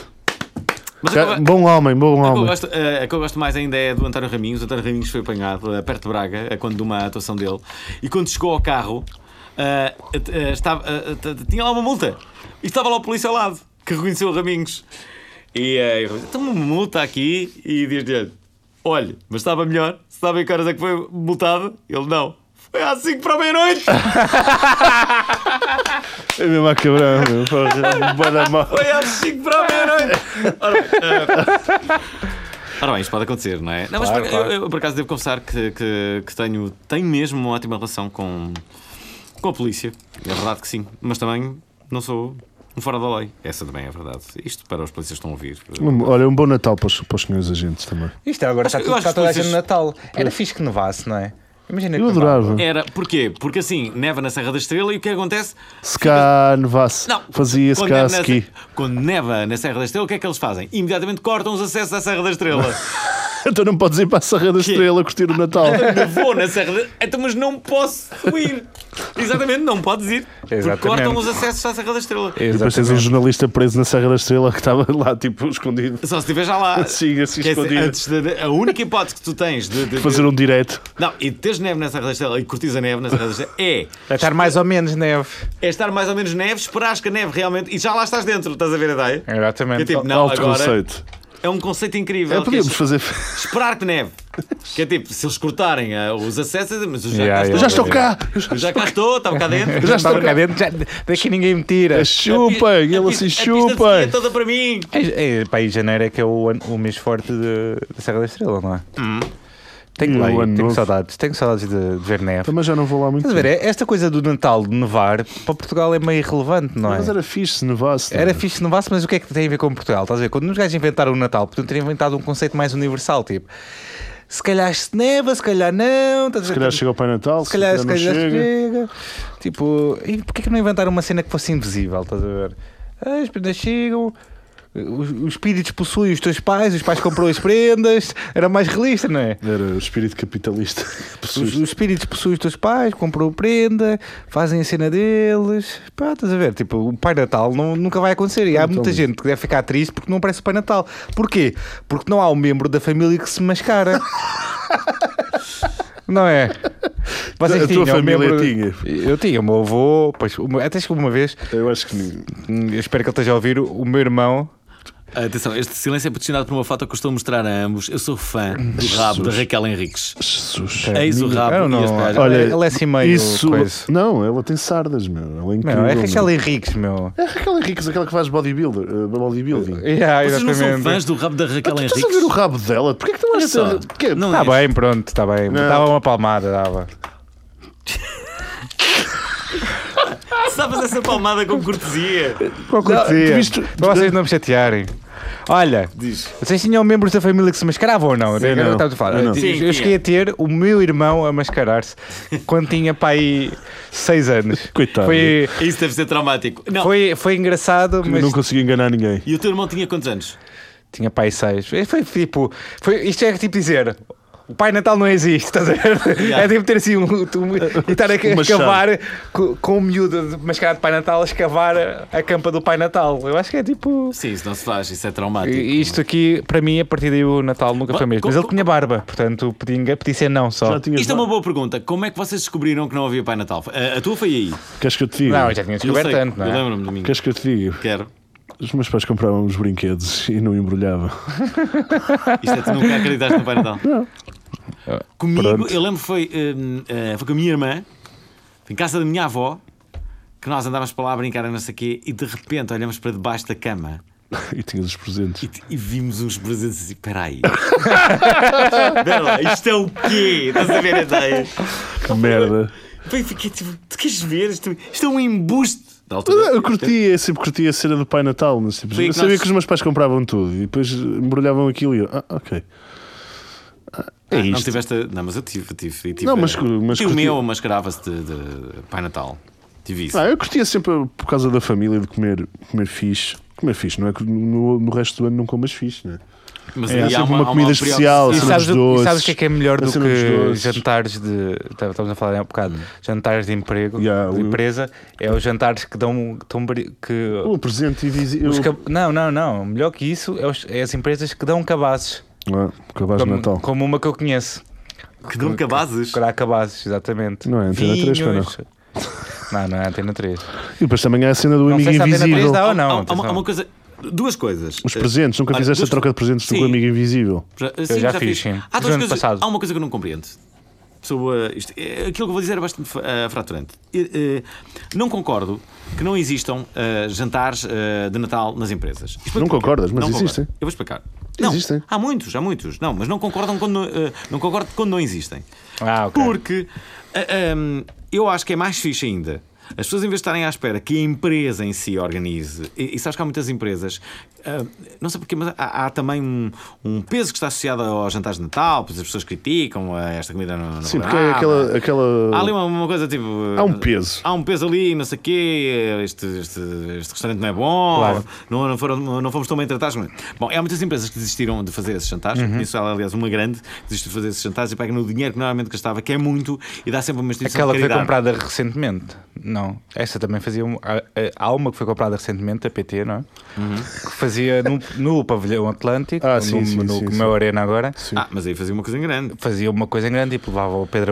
A: Mas
B: Ca-
A: agora-
B: Bom homem, bom
A: O que eu
B: homem.
A: gosto, eh, a que eu gosto mais ainda é do António Raminhos. O António Raminhos foi apanhado eh, perto de Braga, eh, quando de uma atuação dele. E quando chegou ao carro, eh, eh, estava, eh, t- t- tinha lá uma multa. E estava lá o polícia ao lado, que reconheceu o Raminhos. E eh, eu disse, "Toma uma multa aqui e diz-lhe: Olha, mas estava melhor. Sabem que horas é que foi multado? Ele não. Foi às 5 para a meia-noite.
B: É mesmo a cabrão, meu. Porra, bué da mal.
A: Foi às 5 para a meia-noite. Ora, bem, eh, Ora bem, isto pode acontecer, não é? Não, mas
C: Claro,
A: por,
C: claro.
A: Eu, eu, por acaso devo confessar que, que, que tenho, tenho mesmo uma ótima relação com, com a polícia. É verdade que sim, mas também não sou um fora da lei. Essa também é verdade. Isto para os polícias que estão a ouvir.
B: Um- Olha, um bom Natal para os, para os senhores agentes também.
C: Isto é agora,
A: Acho
C: está,
A: que-
C: tudo-
A: eu acho
C: está toda
A: que
C: a gente
A: vocês-
C: no Natal. Era fixe que nevasse, não é? Imagina
B: Eu
C: que nevava.
B: adorava.
A: Era, porquê? Porque assim, neva na Serra da Estrela e o que acontece?
B: Se cá nevasse,
A: Não,
B: fazia-se
A: quando
B: cá
A: neva na-
B: ski.
A: Quando neva na Serra da Estrela, o que é que eles fazem? Imediatamente cortam os acessos à Serra da Estrela.
B: Então não podes ir para a Serra da Estrela curtir o Natal.
A: Nevou na Serra da... Então, mas não posso ir. Exatamente, não podes ir.
C: Exatamente.
A: Porque cortam os acessos à Serra da Estrela.
B: E depois tens um
C: Exatamente.
B: jornalista preso na Serra da Estrela que estava lá, tipo, escondido.
A: Só se estiver já lá.
B: Sim, assim
A: Quer dizer,
B: escondido.
A: antes da- a única hipótese que tu tens de, de-
B: Fazer um direto.
A: Não, e de teres neve na Serra da Estrela e curtis a neve na Serra da Estrela é,
C: Vai estar mais ou menos neve.
A: é estar mais ou menos neve, esperares que a neve realmente. E já lá estás dentro, estás a ver a ideia?
C: Exatamente.
A: Eu, tipo, não,
B: Alto
A: agora
B: conceito.
A: é um conceito incrível.
B: É,
A: que é
B: podíamos fazer.
A: esperar que neve. Que é tipo, se eles cortarem ah, os acessos, mas eu já,
C: Yeah,
A: cá
C: yeah.
B: Eu
A: estou,
B: já estou cá!
A: eu um já cá estou, estava cá dentro.
B: já estou-
C: Estava cá dentro, já- daqui ninguém me tira.
A: É
B: Chupem! Ele assim,
A: chupa É
B: chupem!
A: toda para mim.
C: É, é, pá, e janeiro é que é o, ano- o mês forte de- da Serra da Estrela, não é? Tenho,
B: E
C: lá,
B: o ano
C: tenho
B: novo.
C: saudades, tenho saudades de, de ver neve.
B: Também já não vou lá muito.
C: Estás a ver, é- esta coisa do Natal de nevar para Portugal é meio irrelevante, não é?
B: Mas
C: Era,
B: era fixe se nevasse. não é?
C: fixe se nevasse, mas o que é que tem a ver com Portugal? Estás a ver? Quando os gajos inventaram o Natal, podiam ter inventado um conceito mais universal, tipo se calhar se neva, se calhar não, estás
B: Se
C: a ver? Tipo,
B: calhar chega ao Pai Natal,
C: se calhar, se
B: não
C: calhar
B: chega.
C: chega. Tipo, e porquê que não inventaram uma cena que fosse invisível? Estás a ver? Ah, As prendas chegam, os, os espíritos possuem os teus pais, os pais compram as prendas, era mais realista, não é?
B: Era o espírito capitalista.
C: Os, os espíritos possuem os teus pais, compram a prenda, fazem a cena deles. Pá, estás a ver? Tipo, o Pai Natal não- nunca vai acontecer. E há muita gente que deve ficar triste porque não aparece o Pai Natal. Porquê? Porque não há um membro da família que se mascara. Não é?
B: A tua
C: tinham um
B: família tinha.
C: Eu tinha, o meu avô, pois, o meu- até que uma vez,
B: Eu acho que ninguém.
C: hum, eu espero que ele esteja a ouvir, o meu irmão
A: Atenção, este silêncio é patrocinado por uma foto que eu estou a mostrar a ambos. Eu sou fã do rabo da Raquel Henriques.
B: Jesus.
A: Eis o rabo
C: Eu não-
A: e as pernas.
C: Olha, É ela é assim meio
B: É isso...
C: coisa.
B: Não, ela tem sardas, meu. Ela é incrível.
C: Meu, é
B: meu.
C: Raquel Henriques, meu.
B: É Raquel Henriques, aquela que faz bodybuilder, eh, bodybuilding.
C: Yeah,
A: Vocês não são
C: exatamente.
A: fãs do rabo da Raquel
B: Tu
A: Henriques?
B: estás a ver o rabo dela? Porquê é que tu
A: Olha
B: achas?
A: só.
B: Porquê?
A: Não
C: Está
A: é.
C: Tá bem, pronto, está bem.
B: Não.
C: Dava uma palmada, dava.
A: Sabes essa palmada com cortesia?
C: Com
B: cortesia.
C: cortesia. é. Para vocês não me chatearem. Olha,
A: Diz.
C: vocês tinham membros da família que se mascaravam ou não?
B: Sim,
C: Era o que
B: não.
C: estávamos a falar.
B: Eu não.
C: Eu,
A: Sim,
C: eu
A: tinha.
C: cheguei a ter o meu irmão a mascarar-se quando tinha pai 6 anos.
B: Coitado.
C: Foi,
A: Isso deve ser traumático. Não.
C: foi, foi engraçado,
B: Eu
C: mas
B: não consegui enganar ninguém.
A: E o teu irmão tinha quantos anos?
C: tinha pai 6. Foi tipo. Foi, isto é tipo dizer. O Pai Natal não existe, estás a ver?
A: Yeah.
C: É tipo ter assim um. um- e estar a,
B: Um machado.
C: escavar co- com o miúdo de mascarado de Pai Natal, a escavar a- a campa do Pai Natal. Eu acho que é tipo.
A: Sim, isso não se faz, isso é
B: Tipo,
A: traumático.
C: E Isto aqui, para mim, a partir daí o Natal nunca
A: Bom,
C: foi mesmo. Mas
A: co-
C: ele tinha barba, portanto podia, podia ser não só.
B: Já tinhas.
A: Isto é uma boa pergunta. Como é que vocês descobriram que não havia Pai Natal? A, a tua foi aí.
B: Queres que eu te diga?
C: Não, eu já tinha
A: Eu
C: descoberto
A: sei,
C: tanto, não
A: Eu
B: um
C: é?
A: lembro-me de mim.
B: Queres que eu te diga?
A: Quero.
B: Os meus pais compravam os brinquedos e não embrulhavam.
A: Isto é tu nunca acreditaste no Pai Natal. Comigo,
B: É, Pronto.
A: eu lembro que foi, hum, eh, foi com a minha irmã, em casa da minha avó, que nós andávamos para lá a brincar, a não sei o quê, e de repente olhamos para debaixo da cama
B: E tinhas os presentes.
A: e, e vimos uns presentes assim, peraí. Espera lá, isto é o quê? Estás a ver a ideia?
B: Que merda.
A: Bem, fiquei tipo, tu queres ver? Isto, isto é um embuste. Da altura,
B: Eu curtia, eu sempre curtia a cena do Pai Natal, mas tipo,
A: Foi
B: eu
A: que
B: sabia
A: nós-
B: que os meus pais compravam tudo e depois embrulhavam aquilo e eu, ah, ok. É
A: Ah, Não
B: isto.
A: tiveste. a- Não, mas eu tive. tive, tive eh,
B: Não, mas que- mas
A: tive o
B: curti-
A: meu mascarava-se de, de Pai Natal. Tive isso.
B: Ah, eu curtia sempre por causa da família de comer, comer fixe. Comer fixe, não é? que No, no resto do ano não comas fixe, né?
A: Mas
B: é,
A: aí
B: há
A: há há
B: sempre uma comida
A: preocupação.
B: especial, assim,
C: E
B: Cena
C: sabes,
B: dos
C: o, e
B: doces,
C: sabes o que é que é melhor
B: a
C: do
B: cena dos
C: que
B: doces. Hum.
C: jantares de. tá- Estamos a falar há um bocado. Jantares de emprego,
B: Yeah,
C: de
B: o-
C: empresa, é os jantares que dão. um- que dão bri- que
B: O um presente e visi...
C: os
B: eu-
C: cab- Não, não, não. Melhor que isso é, os- é as empresas que dão cabazes.
B: Ah, cabaz de
C: Como,
B: Natal.
C: como uma que eu conheço.
A: Que dão cabazes.
C: Que dá cabazes, exatamente.
B: Não é Antena três, pois não?
C: Vinhos. Não, não é Antena 3.
B: E depois também há a cena do
C: Não
B: amigo
C: sei se a Antena
B: invisível.
C: 3 dá ou
A: Há- há
C: não.
A: uma- há uma
C: atenção.
A: coisa. Duas coisas. Eh,
B: Os presentes, nunca
A: Olha,
B: fizeste a
A: duas-
B: troca de presentes
A: Sim.
B: do amigo invisível.
A: Já,
C: Eu já fiz, sim.
A: Há,
C: Fiz
A: duas
C: no ano
A: coisas,
C: passado.
A: há uma coisa que eu não compreendo. Pessoa, isto, é, aquilo que eu vou dizer é bastante eh, fraturante. Eh, eh, não concordo que não existam eh, jantares eh, de Natal nas empresas. Explico
B: Não
A: porquê.
B: concordas, mas
A: Não concordo.
B: existem.
A: Eu vou explicar. Não,
B: Existem.
A: Há muitos, há muitos. Não, mas não concordam quando, eh, não concordo quando não existem.
C: Ah, ok.
A: Porque ah, hum, eu acho que é mais fixe ainda. As pessoas, em vez de estarem à espera que a empresa em si organize, e, e sabes que há muitas empresas, ah, não sei porquê, mas há, há também um, um peso que está associado aos jantares de Natal, pois as pessoas criticam "Ah, esta comida não, não
B: Sim,
A: vai
B: porque é
A: nada."
B: aquela. aquela...
A: Ah, Há ali uma, uma coisa tipo.
B: Há um peso.
A: Há um peso ali, não sei o quê, este, este, este restaurante não é bom,
C: Claro.
A: não, não, foram, não fomos tão bem tratados. mas- Bom, há muitas empresas que desistiram de fazer esses jantares,
C: Uhum.
A: conheço aliás uma grande que desistiu de fazer esses jantares e pega no dinheiro que normalmente gastava, que é muito, e dá sempre uma
B: é
A: instituição
C: Aquela
A: de
C: que foi
A: caridade.
C: comprada recentemente. Não. Essa também fazia. um- há- Há uma que foi comprada recentemente, a PT, não é? Que fazia no, no pavilhão Atlântico,
B: Uhum. Ah,
C: no,
B: sim, sim,
C: no
B: sim,
C: no
B: sim.
C: meu arena agora.
A: Ah, mas aí fazia uma coisa em grande.
C: Fazia uma coisa em grande, tipo levava o Pedra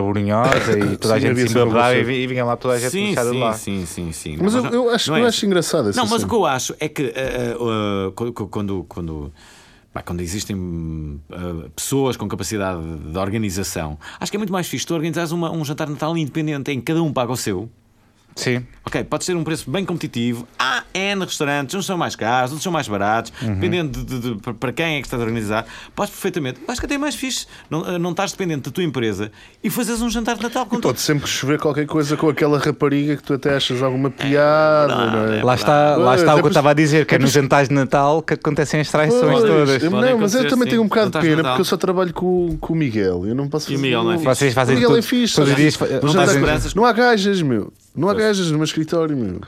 C: Borinhosa e toda a
B: Sim,
C: gente
B: havia
C: se embebedava
B: sempre
C: e, vi- e vinha lá toda a gente
A: Sim,
C: puxada de lá.
A: sim, sim, sim, sim.
B: Mas eu,
A: não-
B: eu acho,
A: não é
B: eu
A: isso.
B: acho engraçado essa
A: Não, mas o
B: cena.
A: que eu acho é que eh, eh, eh, quando, quando, quando, pá, quando existem hum, eh, pessoas com capacidade de organização, acho que é muito mais fixe tu organizares uma- um jantar de Natal independente em que cada um paga o seu.
C: Sim.
A: Ok, pode ser um preço bem competitivo. Há N restaurantes, uns são mais caros, outros são mais baratos,
B: Uhum.
A: dependendo de, de- de- para- para quem é que estás a organizar. Podes perfeitamente, acho que até é mais fixe. Não, eh, não estás dependente da tua empresa e fazes um jantar de Natal com
B: Pode sempre chover qualquer coisa com aquela rapariga que tu até achas alguma piada, não é?
C: Lá está, lá
B: Pois,
C: está
B: é
C: o que eu
B: por-
C: estava a dizer, que é nos jantares de Natal que acontecem as traições
B: Pois,
C: todas.
B: eu-
A: Podem
B: não, mas eu
A: acontecer,
B: também
A: sim.
B: tenho um bocado de
A: Jantares de
B: pena
A: Natal.
B: porque eu só trabalho com, com o Miguel. Eu não posso
A: E o Miguel não é fixe.
C: Vocês fazem
B: o Miguel
C: tudo,
B: é fixe.
C: todos os
B: sabe?
C: dias.
B: Não,
A: Não
B: jantar-
A: dá esperanças.
B: não há gajas, meu. Não há gajas no meu escritório, meu.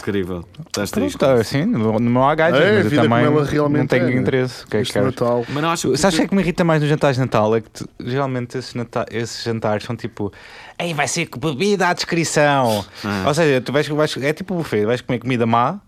A: Incrível. Estás triste.
C: Pronto, assim, não não há gajas,
B: É, a
C: mas eu
B: vida
C: também
B: como ela realmente
C: não tenho
B: é, né?
C: interesse. O Que é que
B: este
C: queres?
B: Natal.
A: Mas não acho
C: Sabes o que é que me irrita mais nos jantares de Natal? É que tu- geralmente esses, nata- esses jantares são tipo Ei, vai ser com bebida à descrição Ou seja, tu vais, vais- é tipo buffet Vais comer comida má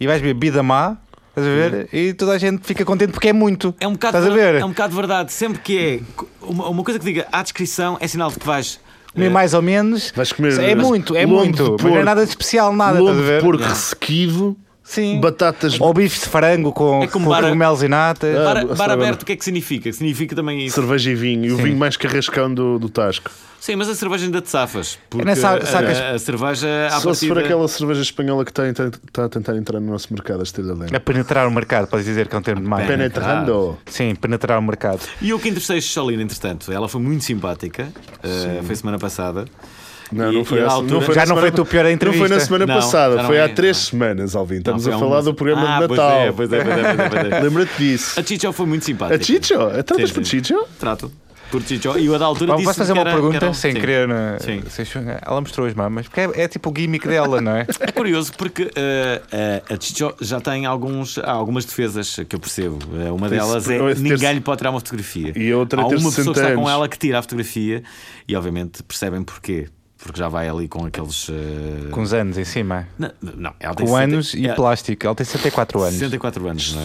C: E vais beber bebida má Estás a ver? E toda a gente fica contente porque é muito
A: É um bocado,
C: Estás a
A: ver-
C: ver?
A: É um bocado verdade. Sempre que é co- uma, uma coisa que diga à descrição é sinal de que vais.
C: Comer
A: eh,
C: mais ou menos
B: Vais comer,
C: É
B: mas
C: muito, é
B: lombo de
C: muito Mas não é
B: porco.
C: nada de especial, nada
B: Lombo
C: estás a
B: de
C: ver?
B: porco ressequido,
C: Sim.
B: batatas,
C: Ou bifes de frango com,
A: É como
C: com
A: bar-
C: cogumelos e natas
B: Ah,
A: Bar,
B: boa-
A: bar
B: sabe,
A: aberto,
B: não.
A: o que é que significa? Significa também isso.
B: cerveja e vinho. E o vinho mais carrascão do, do Tasco.
A: Sim, mas a cerveja ainda te safas. Porque
C: Não, sa-
A: a-
C: É sacas-
A: a, cerveja à
B: Só se for
A: partida-
B: aquela cerveja espanhola que tá, está a, entrar- está a tentar entrar no nosso mercado, a Estrela
C: A
B: Lenta.
C: penetrar o mercado, podes dizer que é um termo de marca
A: Pene-
B: Penetrando.
C: Sim, penetrar o mercado
A: E eu que interessei Chalina, entretanto. Ela foi muito simpática. eh, foi semana passada.
B: Não,
A: E-
B: não foi
A: e à
B: essa-
A: altura-
B: não foi
C: Já
B: na
C: não foi
B: semana-
C: a tua pior entrevista?
B: Não foi na semana
A: Não, já
B: passada,
A: não
B: foi
A: é,
B: há
A: não.
B: três semanas, Alvin. Estamos
A: Foi
B: a
A: há
B: falar
A: um-
B: do programa
A: Ah,
B: de
A: pois
B: Natal.
A: é, pois é, pois é, pois é, pois é.
B: Lembra-te disso.
A: A Chicho foi muito simpática.
B: A Chicho? Tratas
A: Sim, sim.
B: por Chicho?
A: Trato. Por Chicho. E eu, da altura,
C: Bom,
A: disse
C: posso fazer
A: que
C: uma
A: era-
C: pergunta
A: que era- um
C: sem
A: Sim.
C: querer? né?
A: Sim.
C: sem chunga. Ela mostrou as mamas, porque é, é tipo o gimmick dela, não é?
A: É curioso porque eh, eh, a Chicho já tem alguns, há algumas defesas que eu percebo. Eh, uma delas é
B: esse ter-
A: ninguém lhe pode tirar uma fotografia.
B: E a outra é
A: há
B: ter
A: uma pessoa que
B: 60
A: está com
B: anos.
A: ela que tira a fotografia e obviamente percebem porquê. Porque já vai ali com aqueles. eh,
C: Com os anos em cima.
A: Não, não, ela tem
C: Com
A: 60
C: anos e
A: é,
C: plástico. Ela tem 74 anos.
A: 64 anos, não é?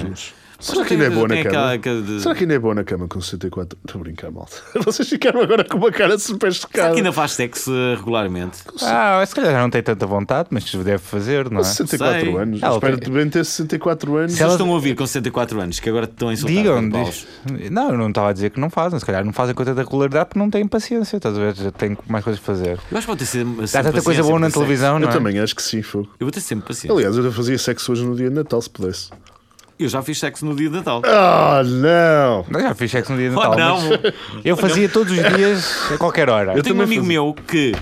B: Será
A: Mas
B: que ainda é
A: tem-
B: boa na
A: tem
B: cama?
A: aquela- aquela de-
B: Será que ainda é boa na cama com 64? Estou a brincar, malta. Vocês ficaram agora com uma cara super
A: Será
B: chocada.
A: que ainda faz sexo eh, regularmente?
C: Ah, se calhar já não tem tanta vontade, mas deve fazer, não é?
B: 64
A: Sei. Ah,
B: anos.
C: Ela
B: Espero
C: tem-
B: bem ter 64 anos.
A: Se elas estão a ouvir com 64 anos, que agora te estão a insultar.
C: Digam,
A: com
C: diz.
A: paus.
C: Não, eu não estava a dizer que não fazem. Se calhar não fazem com tanta regularidade porque não têm paciência. Estás a ver? Já têm mais coisas a fazer.
A: Eu acho que vou ter sempre.
C: Há tanta coisa boa na televisão, não
B: Eu
C: é?
B: também acho que sim, fogo.
A: Eu vou ter sempre paciência.
B: Aliás, eu fazia sexo hoje no dia de Natal, se pudesse.
A: Eu já fiz sexo no dia de Natal.
B: Ah, não!
C: Não, já fiz sexo no dia de
A: Oh,
C: Natal.
A: não!
C: mas Eu fazia todos os dias, a qualquer hora.
A: Eu tenho um
B: também
A: amigo
B: fazia.
A: meu que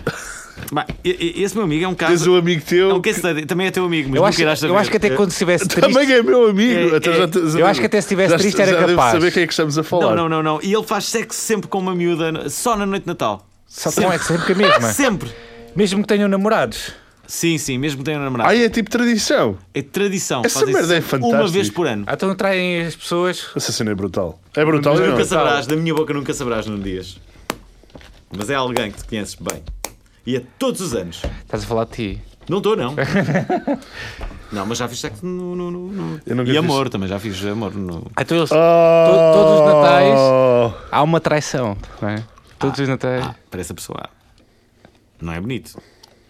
A: Bah, e- e- Esse meu amigo é um
B: Tens
A: caso.
B: um amigo teu.
A: É um case study. Também é teu amigo, mas
C: Eu
A: nunca
C: acho,
A: irás
C: eu
A: saber.
C: acho que até quando se estivesse triste.
B: Também é meu amigo.
A: É,
B: Até
A: é,
B: já te-
C: eu acho que até se estivesse
B: já-
C: triste era
B: já devo
C: capaz.
B: saber quem é que estamos a falar.
A: Não, não, não, não. E ele faz sexo sempre com uma miúda, só na noite de Natal.
C: Só que não é sempre que a mesma.
A: Sempre.
C: Mesmo que tenham namorados.
A: Sim, sim, mesmo que tenha um namorado.
B: Aí é tipo tradição.
A: É tradição.
B: Essa
A: fazem
B: merda é
A: Uma vez
B: fantástica.
A: por ano.
C: Ah, Então traem as pessoas.
B: Essa cena é brutal. É brutal, não?
A: Nunca saberás, da minha boca nunca saberás num dias. Mas é alguém que te conheces bem. E é todos os anos.
C: Estás a falar de ti.
A: Não estou, não. não, mas já fiz sexo no. no- no- no-
B: Eu nunca
A: E
B: fiz.
A: amor também, já fiz amor no.
C: Ah, Então eles,
B: Oh!
C: todos os natais. há uma traição. Não é? Todos os natais.
A: Ah, para essa pessoa. Não é bonito.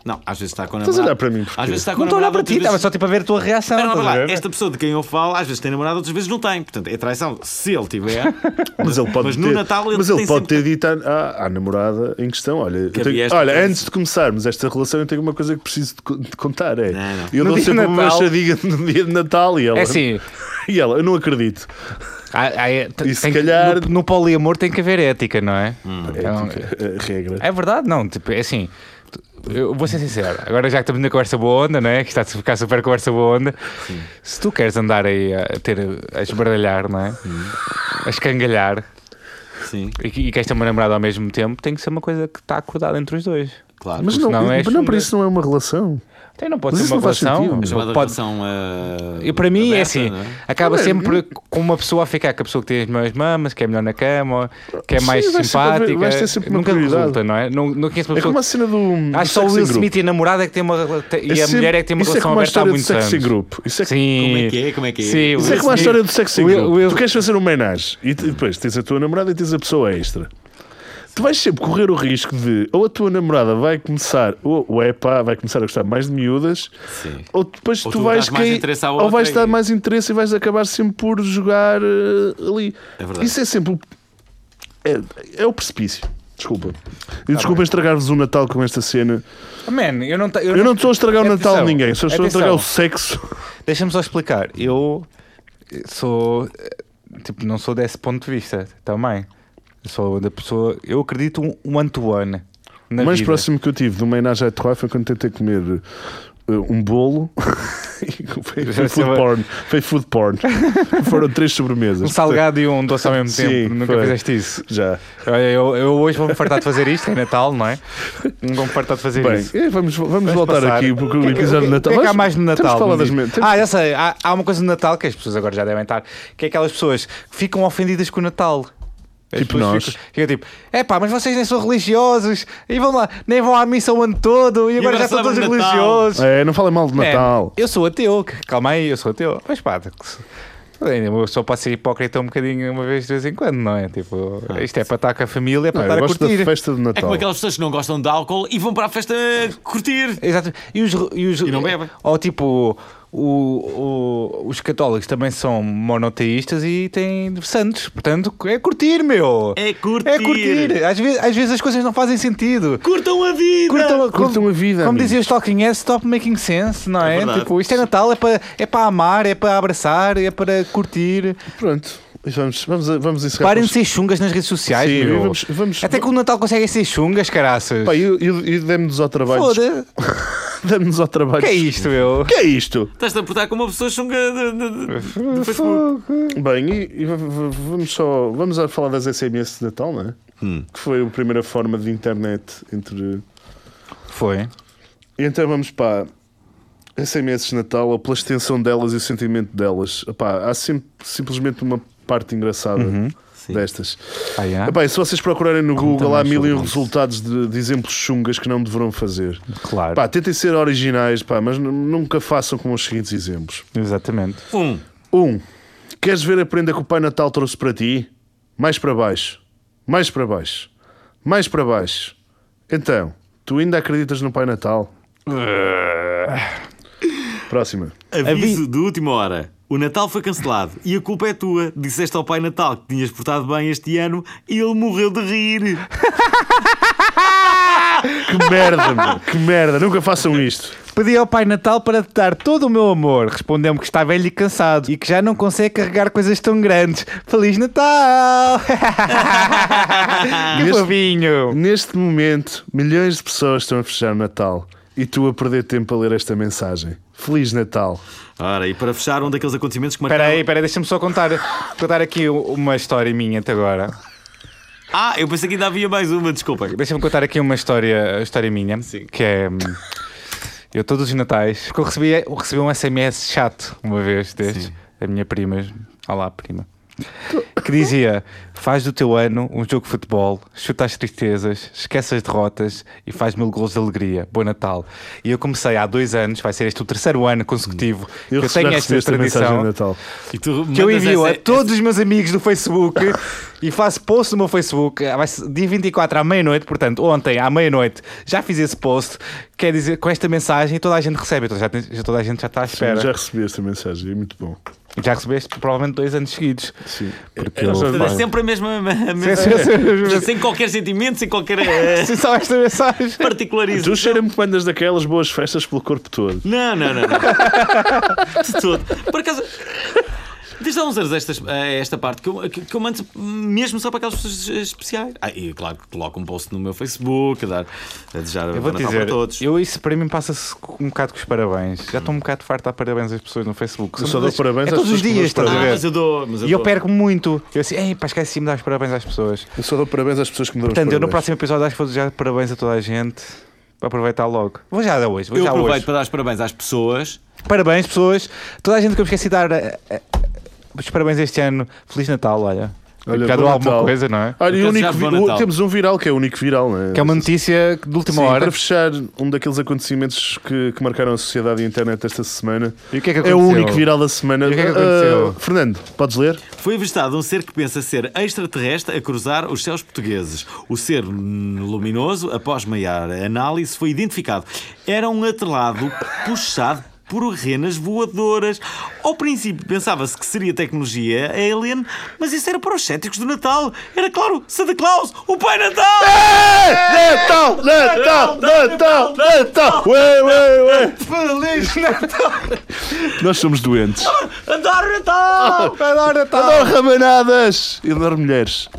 A: Não, às vezes está com a
B: Estás
A: namorada.
B: a olhar para mim, porquê?
A: Às vezes está com
C: não
A: a
C: estou a olhar
A: namorada.
C: para ti,
A: outras
C: estava
A: vezes-
C: só tipo a ver a tua reação.
A: Espera,
C: estás a
A: lá,
C: ver?
A: Esta pessoa de quem eu falo, às vezes tem namorado, outras vezes não tem. Portanto, é traição. Se ele tiver.
B: Mas ele pode
A: Mas
B: ter,
A: no Natal ele
B: mas ele
A: tem
B: pode
A: sempre-
B: ter dito à, à- à namorada em questão: Olha, eu tenho-
A: havia esta
B: olha
A: coisa.
B: antes de começarmos esta relação, eu tenho uma coisa que preciso de, co- de contar. É,
A: Não, não.
B: eu
C: No
B: dou
C: dia de
B: sempre uma
C: Natal-
B: machadinha no dia de Natal e ela,
C: É assim.
B: e ela, eu não acredito.
C: há- há- tem
B: se
C: que-
B: calhar-
C: No, no poliamor tem que haver ética, não é? Então,
B: Ética, eh, regra.
C: É verdade, não. Tipo, é assim. tu- Eu vou ser sincero, agora já que estamos na conversa boa onda, não é? Que está a ficar super conversa boa onda. Se tu queres andar aí a, ter, a esbardalhar, não é? A escangalhar
A: Sim,
C: e, que- e queres ter uma namorada ao mesmo tempo, tem que ser uma coisa que está acordada entre os dois.
A: claro.
B: Mas
C: porque
B: não,
C: senão é
B: mas não, para
C: chunga.
B: isso não é uma relação.
C: Então não pode
B: Mas
C: ser
B: isso
C: uma
B: não faz
C: relação.
B: sentido.
A: É chamada
C: Pode-
A: relação. eh,
C: E para mim é
A: aberta,
C: assim,
A: não é?
C: acaba
B: Olha,
C: sempre com uma pessoa a ficar com a pessoa que tem as mesmas mamas, que é melhor na cama, ou que é
B: Sim,
C: mais
B: vai sempre haver-
C: simpática.
B: vais ter sempre uma
C: Nunca
B: prioridade.
C: resulta, não é? Não, não conheço
B: É
C: uma pessoa.
B: como a cena do.
C: que-
B: do
C: Acho que só
B: sexo em
C: o Will
B: grupo.
C: Smith e a namorada é que tem uma rela- tem- e a
B: sempre-
C: mulher é que tem uma
B: isso é
C: relação
B: como a
C: aberta há
B: história do
C: muitos anos.
B: sexo em grupo. Isso é
C: Sim.
A: Como é que é? Como é que é?
C: Sim,
B: Isso é como a
C: Will
B: história do
C: Smith-
B: sexo em
C: Will-
B: grupo.
C: Will-
B: Tu queres fazer um menage e te- depois tens a tua namorada e tens a pessoa extra. Tu vais sempre correr o risco de ou a tua namorada vai começar, ou, ou é pá, vai começar a gostar mais de miúdas,
A: Sim.
B: ou depois
A: Ou
B: tu
A: tu
B: vais
A: dás mais interesse à outra
B: ou vais
A: e-
B: dar mais interesse e vais acabar sempre por jogar eh, ali.
A: É verdade.
B: Isso é sempre o- é, é o precipício. Desculpa.
C: Tá
B: E desculpa estragar-vos o Natal com esta cena.
C: Oh, Man, eu não, ta-
B: é? Eu não estou a estragar o Natal a
C: Atenção,
B: ninguém, só estou a estragar o
C: atenção.
B: sexo.
C: Deixa-me só explicar. Eu sou. eh, Tipo, não sou desse ponto de vista também. Eu Sou da pessoa. Eu acredito um um one-to-one. na
B: O mais
C: vida.
B: próximo que eu tive de uma homenagem à Troia foi quando tentei comer uh, um bolo. E foi, foi food porn. Foi food porn. Foram três sobremesas.
C: Um salgado e um doce ao mesmo
B: Sim,
C: tempo. Nunca
B: foi.
C: fizeste isso.
B: Já.
C: Olha, eu, eu hoje vou-me fartar de fazer isto, é Natal, não é? Vou-me fartar de fazer
B: Bem,
C: isso.
B: eh, vamos, vamos
C: Vamos
B: voltar
C: passar.
B: aqui porque
C: O
B: o
C: que é que-
B: episódio de
C: o que-
B: Natal.
C: O que é que há
B: Mas
C: mais no Natal?
B: Temos de falar das
C: diz?
B: men- temos-
C: Ah, já sei. Há, há uma coisa no Natal que as pessoas agora já devem estar. Que é aquelas pessoas que ficam ofendidas com o Natal. As
B: Tipo
C: pessoas
B: nós.
C: Ficam, ficam tipo, é pá, mas vocês nem são religiosos. E vão lá, nem vão à missa o ano todo. E
A: agora
C: agora, já são todos
A: celebram Natal."
C: religiosos.
B: É, não falem mal de
C: Man,
B: Natal.
C: eu sou ateu. Calma aí, eu sou ateu. Mas pá, eu só posso ser hipócrita um bocadinho uma vez de vez em quando, não é? Tipo, isto é para estar com a família, é para
B: Ah. Não, eu
C: estar a
B: gosto da
C: curtir.
B: festa de
A: É
B: Natal.
A: como aquelas pessoas que não gostam de álcool e vão para a festa curtir.
C: Exato. E os. E, os,
A: E não bebem.
C: Ou tipo, o, o- os católicos também são monoteístas e têm santos. Portanto, é curtir, meu.
A: É curtir.
C: É curtir. Às vezes, às vezes as coisas não fazem sentido.
A: Curtam a vida!
C: Curtam, a-
B: Curtam
C: como-
B: a vida,
C: Como
B: amigo.
C: dizia o Stalking Head, stop making sense, não
A: É
C: é?
A: verdade.
C: tipo, isto é Natal, é para é para amar, é para abraçar, é para curtir.
B: Pronto. E Vamos, vamos, vamos encerrar.
C: Parem
B: com
C: de ser chungas nas redes sociais,
B: Então, Sim,
C: meu.
B: vamos- vamos-
C: Até que o Natal conseguem ser chungas, caraças.
B: Pá, e e- e demos-nos ao trabalho.
C: Foda.
B: Demos-nos ao trabalho.
C: que é isto, meu?
B: Que é isto?
A: Estás-te a portar como uma pessoa chunga de, de- de- do Facebook.
B: Bem, e, e v- v- vamos só vamos a falar das SMS de Natal, não é?
C: Hum.
B: Que foi a primeira forma de internet entre.
C: Foi.
B: E então vamos para SMS de Natal, ou pela extensão delas e o sentimento delas. Epá, há sim- simplesmente uma parte engraçada destas.
C: Uhum. Ah, yeah?
B: Epá, e se vocês procurarem no Google, há
C: mais
B: mil e
C: sobre
B: um
C: isso.
B: resultados de, de exemplos chungas que não deverão fazer.
C: Claro.
B: Pá, tentem ser originais, pá, mas nu- nunca façam com os seguintes exemplos.
C: Exatamente.
A: Um.
B: 1. Um, queres ver a prenda que o Pai Natal trouxe para ti? Mais para baixo. Mais para baixo. Mais para baixo. Então, tu ainda acreditas no Pai Natal? Próxima.
A: Aviso de última hora. O Natal foi cancelado e a culpa é tua. Disseste ao Pai Natal que tinhas portado bem este ano e ele morreu de rir.
B: Que merda, meu. Que merda. Nunca façam isto.
C: Pedi ao Pai Natal para te dar todo o meu amor. Respondeu-me que está velho e cansado e que já não consegue carregar coisas tão grandes. Feliz Natal! que
B: Neste-
C: fofinho!
B: Neste momento, milhões de pessoas estão a fechar o Natal e tu a perder tempo a ler esta mensagem. Feliz Natal.
A: Ora, e para fechar um daqueles acontecimentos que
C: Espera
A: marcaram.
C: aí, espera aí, deixa-me só contar, contar aqui uma história minha até agora.
A: Ah, eu pensei que ainda havia mais uma, desculpa.
C: Deixa-me contar aqui uma história, a história minha, que é... hum, Eu todos os natais, porque eu recebi, eu recebi um SMS chato uma vez destes, da minha prima, olá prima, que dizia, faz do teu ano um jogo de futebol, chuta as tristezas, esquece as derrotas e faz mil gols de alegria, bom Natal. E eu comecei há dois anos, vai ser este o terceiro ano consecutivo, que eu
B: já
C: tenho
B: recebi
C: esta
B: mensagem de
C: tradição,
B: Natal.
A: E tu
C: que eu
A: mandas
C: envio
A: essa-
C: a todos os meus amigos do Facebook e faço post no meu Facebook. Ah, Vai ser dia 24 à meia-noite, portanto, ontem à meia-noite já fiz esse post. Quer dizer, com esta mensagem toda a gente recebe, toda a gente já, toda a gente já está à espera.
B: Já
C: já...
B: recebi esta mensagem, é muito bom.
C: recebeste provavelmente dois anos seguidos.
B: Sim.
C: Porque
B: Era
C: eu-
B: só-
A: Portanto, É sempre a mesma. a mesma-
C: sim, sim, sim.
A: sem qualquer sentimento, sem qualquer eh,
C: Se só esta mensagem.
A: particularização.
B: Tu cheira-me que mandas daquelas boas festas pelo corpo todo.
A: Não, não, não, não. De todo. Por acaso. Desde há uns anos estas, eh, esta parte que eu, que, que eu mando mesmo só para aquelas pessoas especiais. Ah, e claro que coloco um post no meu Facebook a dar a desejar
C: Eu vou
A: Natal
C: dizer,
A: para todos.
C: eu isso para mim passa-se um bocado com os parabéns. Já estou um bocado farto a dar parabéns às pessoas no Facebook.
B: Eu só dou
C: todas-
B: parabéns
C: é
B: às
C: todos os
B: pessoas que me
C: dias,
B: dão
C: estás
B: os
C: a
A: Ah,
C: ver?
A: mas eu dou. Mas eu
C: E eu
A: dou.
C: perco muito. Eu assim, ei, pá, esqueci-me de dar os parabéns às pessoas.
B: Eu só dou parabéns às pessoas que me dão os
C: Portanto, eu no
B: parabéns.
C: próximo episódio acho que vou desejar parabéns a toda a gente. Para aproveitar logo. Vou já dar hoje. Vou
A: Eu
C: já
A: aproveito
C: hoje.
A: para dar os parabéns às pessoas.
C: Parabéns, pessoas. Toda a gente que eu me esqueci de dar eh, eh, os parabéns este ano. Feliz Natal, olha.
B: Olha,
C: Cada
B: bom
C: alguma
B: Natal.
C: coisa, não é?
B: Olha, e o
A: Portanto, já
B: único,
A: foi
B: vi- o-
A: Natal.
B: temos um viral que é o único viral, não é?
C: Que é uma notícia de última
B: Sim,
C: hora.
B: Para fechar um daqueles acontecimentos que, que marcaram a sociedade e a internet esta semana.
C: E o que é que
B: É
C: aconteceu?
B: o único viral da semana.
C: E o que é que
B: Ah,
C: aconteceu?
B: Fernando, podes ler?
A: Foi avistado um ser que pensa ser extraterrestre a cruzar os céus portugueses. O ser hum, luminoso, após maior análise, foi identificado. Era um atrelado puxado por renas voadoras. Ao princípio pensava-se que seria tecnologia alien, mas isso era para os céticos do Natal. Era claro, Santa Claus, o Pai Natal!
B: Natal, Natal, Natal, Natal! Ué, ué, ué!
C: Feliz Natal!
B: Nós somos doentes.
A: Adoro Natal!
C: Adoro Natal!
B: Adoro ramanadas! E adoro mulheres.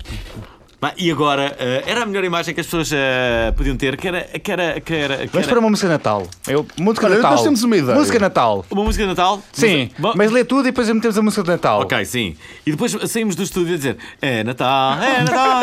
A: Bah, E agora, eh, era a melhor imagem que as pessoas eh, podiam ter, que era, que era, que era, que
C: Vamos
A: era
C: para uma música de Natal. Eu, música de
B: Olha,
C: Natal.
B: nós temos uma ideia.
C: Música de Natal.
A: uma música de Natal.
C: Sim,
A: Mas-
C: mas lê tudo e depois metemos a música de Natal.
A: Ok, sim. E depois saímos do estúdio a dizer é Natal, é Natal.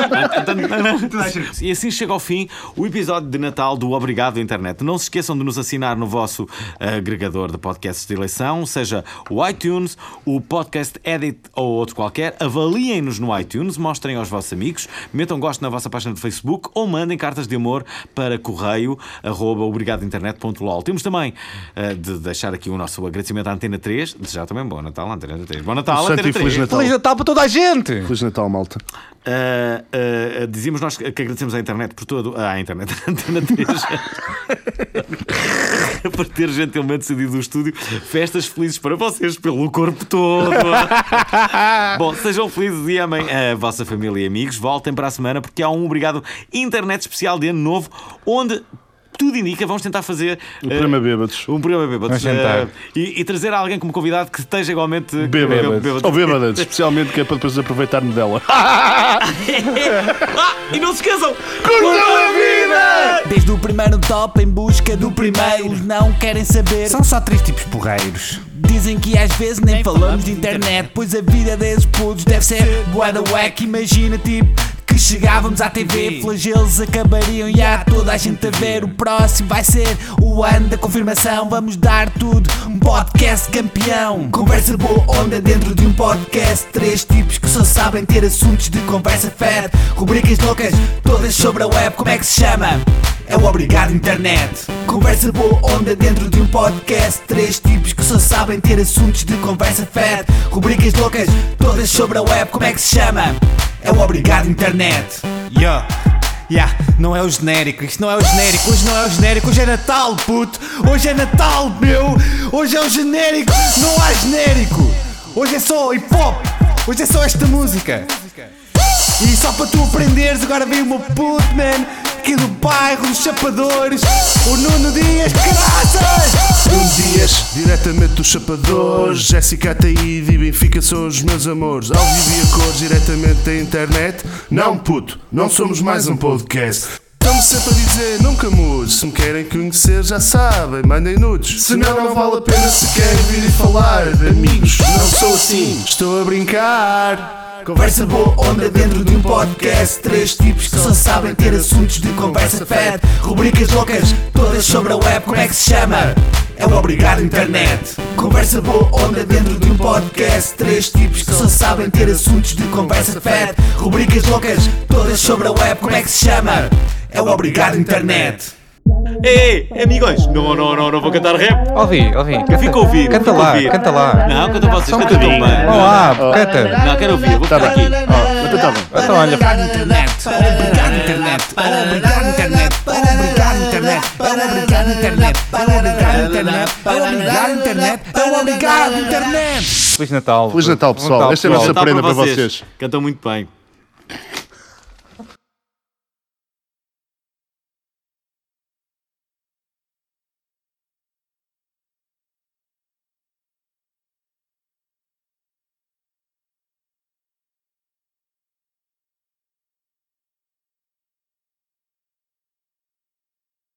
A: e assim chega ao fim o episódio de Natal do Obrigado Internet. Não se esqueçam de nos assinar no vosso agregador de podcasts de eleição, seja o iTunes, o Podcast Edit ou outro qualquer. Avaliem-nos no iTunes, mostrem aos vossos amigos, metam gosto na vossa página de Facebook ou mandem cartas de amor para correio arroba obrigadointernet.lol. Temos também eh, de deixar aqui o nosso agradecimento à Antena 3, desejar também bom Natal à Antena 3. Bom Natal! Natal,
B: Santo
A: Antena
B: e Feliz
A: 3.
B: Natal.
C: Feliz Natal para toda a gente!
B: Feliz Natal, malta.
A: Ah, ah, ah, dizíamos nós que que agradecemos à internet por todo. Ah, à internet, à Antena 3. por ter gentilmente cedido o estúdio. Festas felizes para vocês, pelo corpo todo. Bom, sejam felizes e amem a vossa família e amigos. Voltem para a semana porque há um obrigado internet especial de ano novo, onde tudo indica, vamos tentar fazer.
B: O
A: ah,
B: programa Bêbados.
A: um programa bêbado.
C: Vamos tentar.
A: Ah, e, e trazer alguém como convidado que esteja igualmente
B: Bêbados. Ou bêbadas, especialmente que é para depois aproveitar-me dela.
A: ah, e não se esqueçam!
D: Desde o primeiro top em busca do primeiro Os não querem saber,
E: São só três tipos porreiros.
D: dizem que às vezes nem falamos de internet Pois a vida desses putos deve ser bué da wack Imagina tipo que chegávamos à TV Flagelos acabariam e há toda a gente a ver O próximo vai ser o ano da confirmação Vamos dar tudo, um podcast campeão Conversa boa onda dentro de um podcast Três tipos que só sabem ter assuntos de conversa fed Rubricas loucas, todas sobre a web Como é que se chama? É o Obrigado Internet. Conversa boa onda dentro de um podcast. Três tipos que só sabem ter assuntos de conversa fed. Rubricas loucas, todas sobre a web. Como é que se chama? É o Obrigado Internet.
E: Yo, yeah, não é o genérico, isto não é o genérico, hoje não é o genérico, hoje é Natal, puto, hoje é Natal, meu, hoje é o genérico, não há genérico, hoje é só hip hop, hoje é só esta música. E só para tu aprenderes, agora vem o meu puto, man.
D: aqui do bairro dos Chapadores, o Nuno Dias, caraças!
F: Um dias, diretamente dos chapadores Jéssica Ataíde e Benfica são os meus amores Ao vivo e a cores, diretamente da internet Não puto, não somos mais um podcast Estamos sempre a dizer, nunca mude Se me querem conhecer já sabem, mandem nudes Senão não vale a pena se querem vir e falar Amigos, não sou assim, estou a brincar
D: Conversa boa onda dentro de um podcast Três tipos que só sabem ter assuntos de conversa fed Rubricas loucas, todas sobre a web, como é que se chama? É o Obrigado Internet Conversa boa onda dentro de um podcast Três tipos que só sabem ter assuntos de conversa fed Rubricas loucas, todas sobre a web, como é que se chama? É o Obrigado Internet
A: Ei, amigos! Não, não, não, não vou cantar rap.
C: Ouvi, ouvi. Canta,
A: Fica a ouvir,
C: Canta
A: fica a
C: lá,
A: ouvir.
C: canta lá.
A: Não, canta vocês,
C: Só um
A: canta tão bem.
C: bocadinho. Olá, canta.
A: Não, quero ouvir, vou
B: Tá
A: ficar aqui.
B: bem. Ó, então tá bom.
C: Então olha,
G: Obrigado internet, obrigado internet, obrigado internet, obrigado internet, obrigado internet, obrigado internet, obrigado internet, obrigado internet.
C: Feliz Natal.
B: Feliz Natal, pessoal. Esta é a
A: Cantar
B: nossa prenda para
A: vocês.
B: vocês.
A: Cantam muito bem.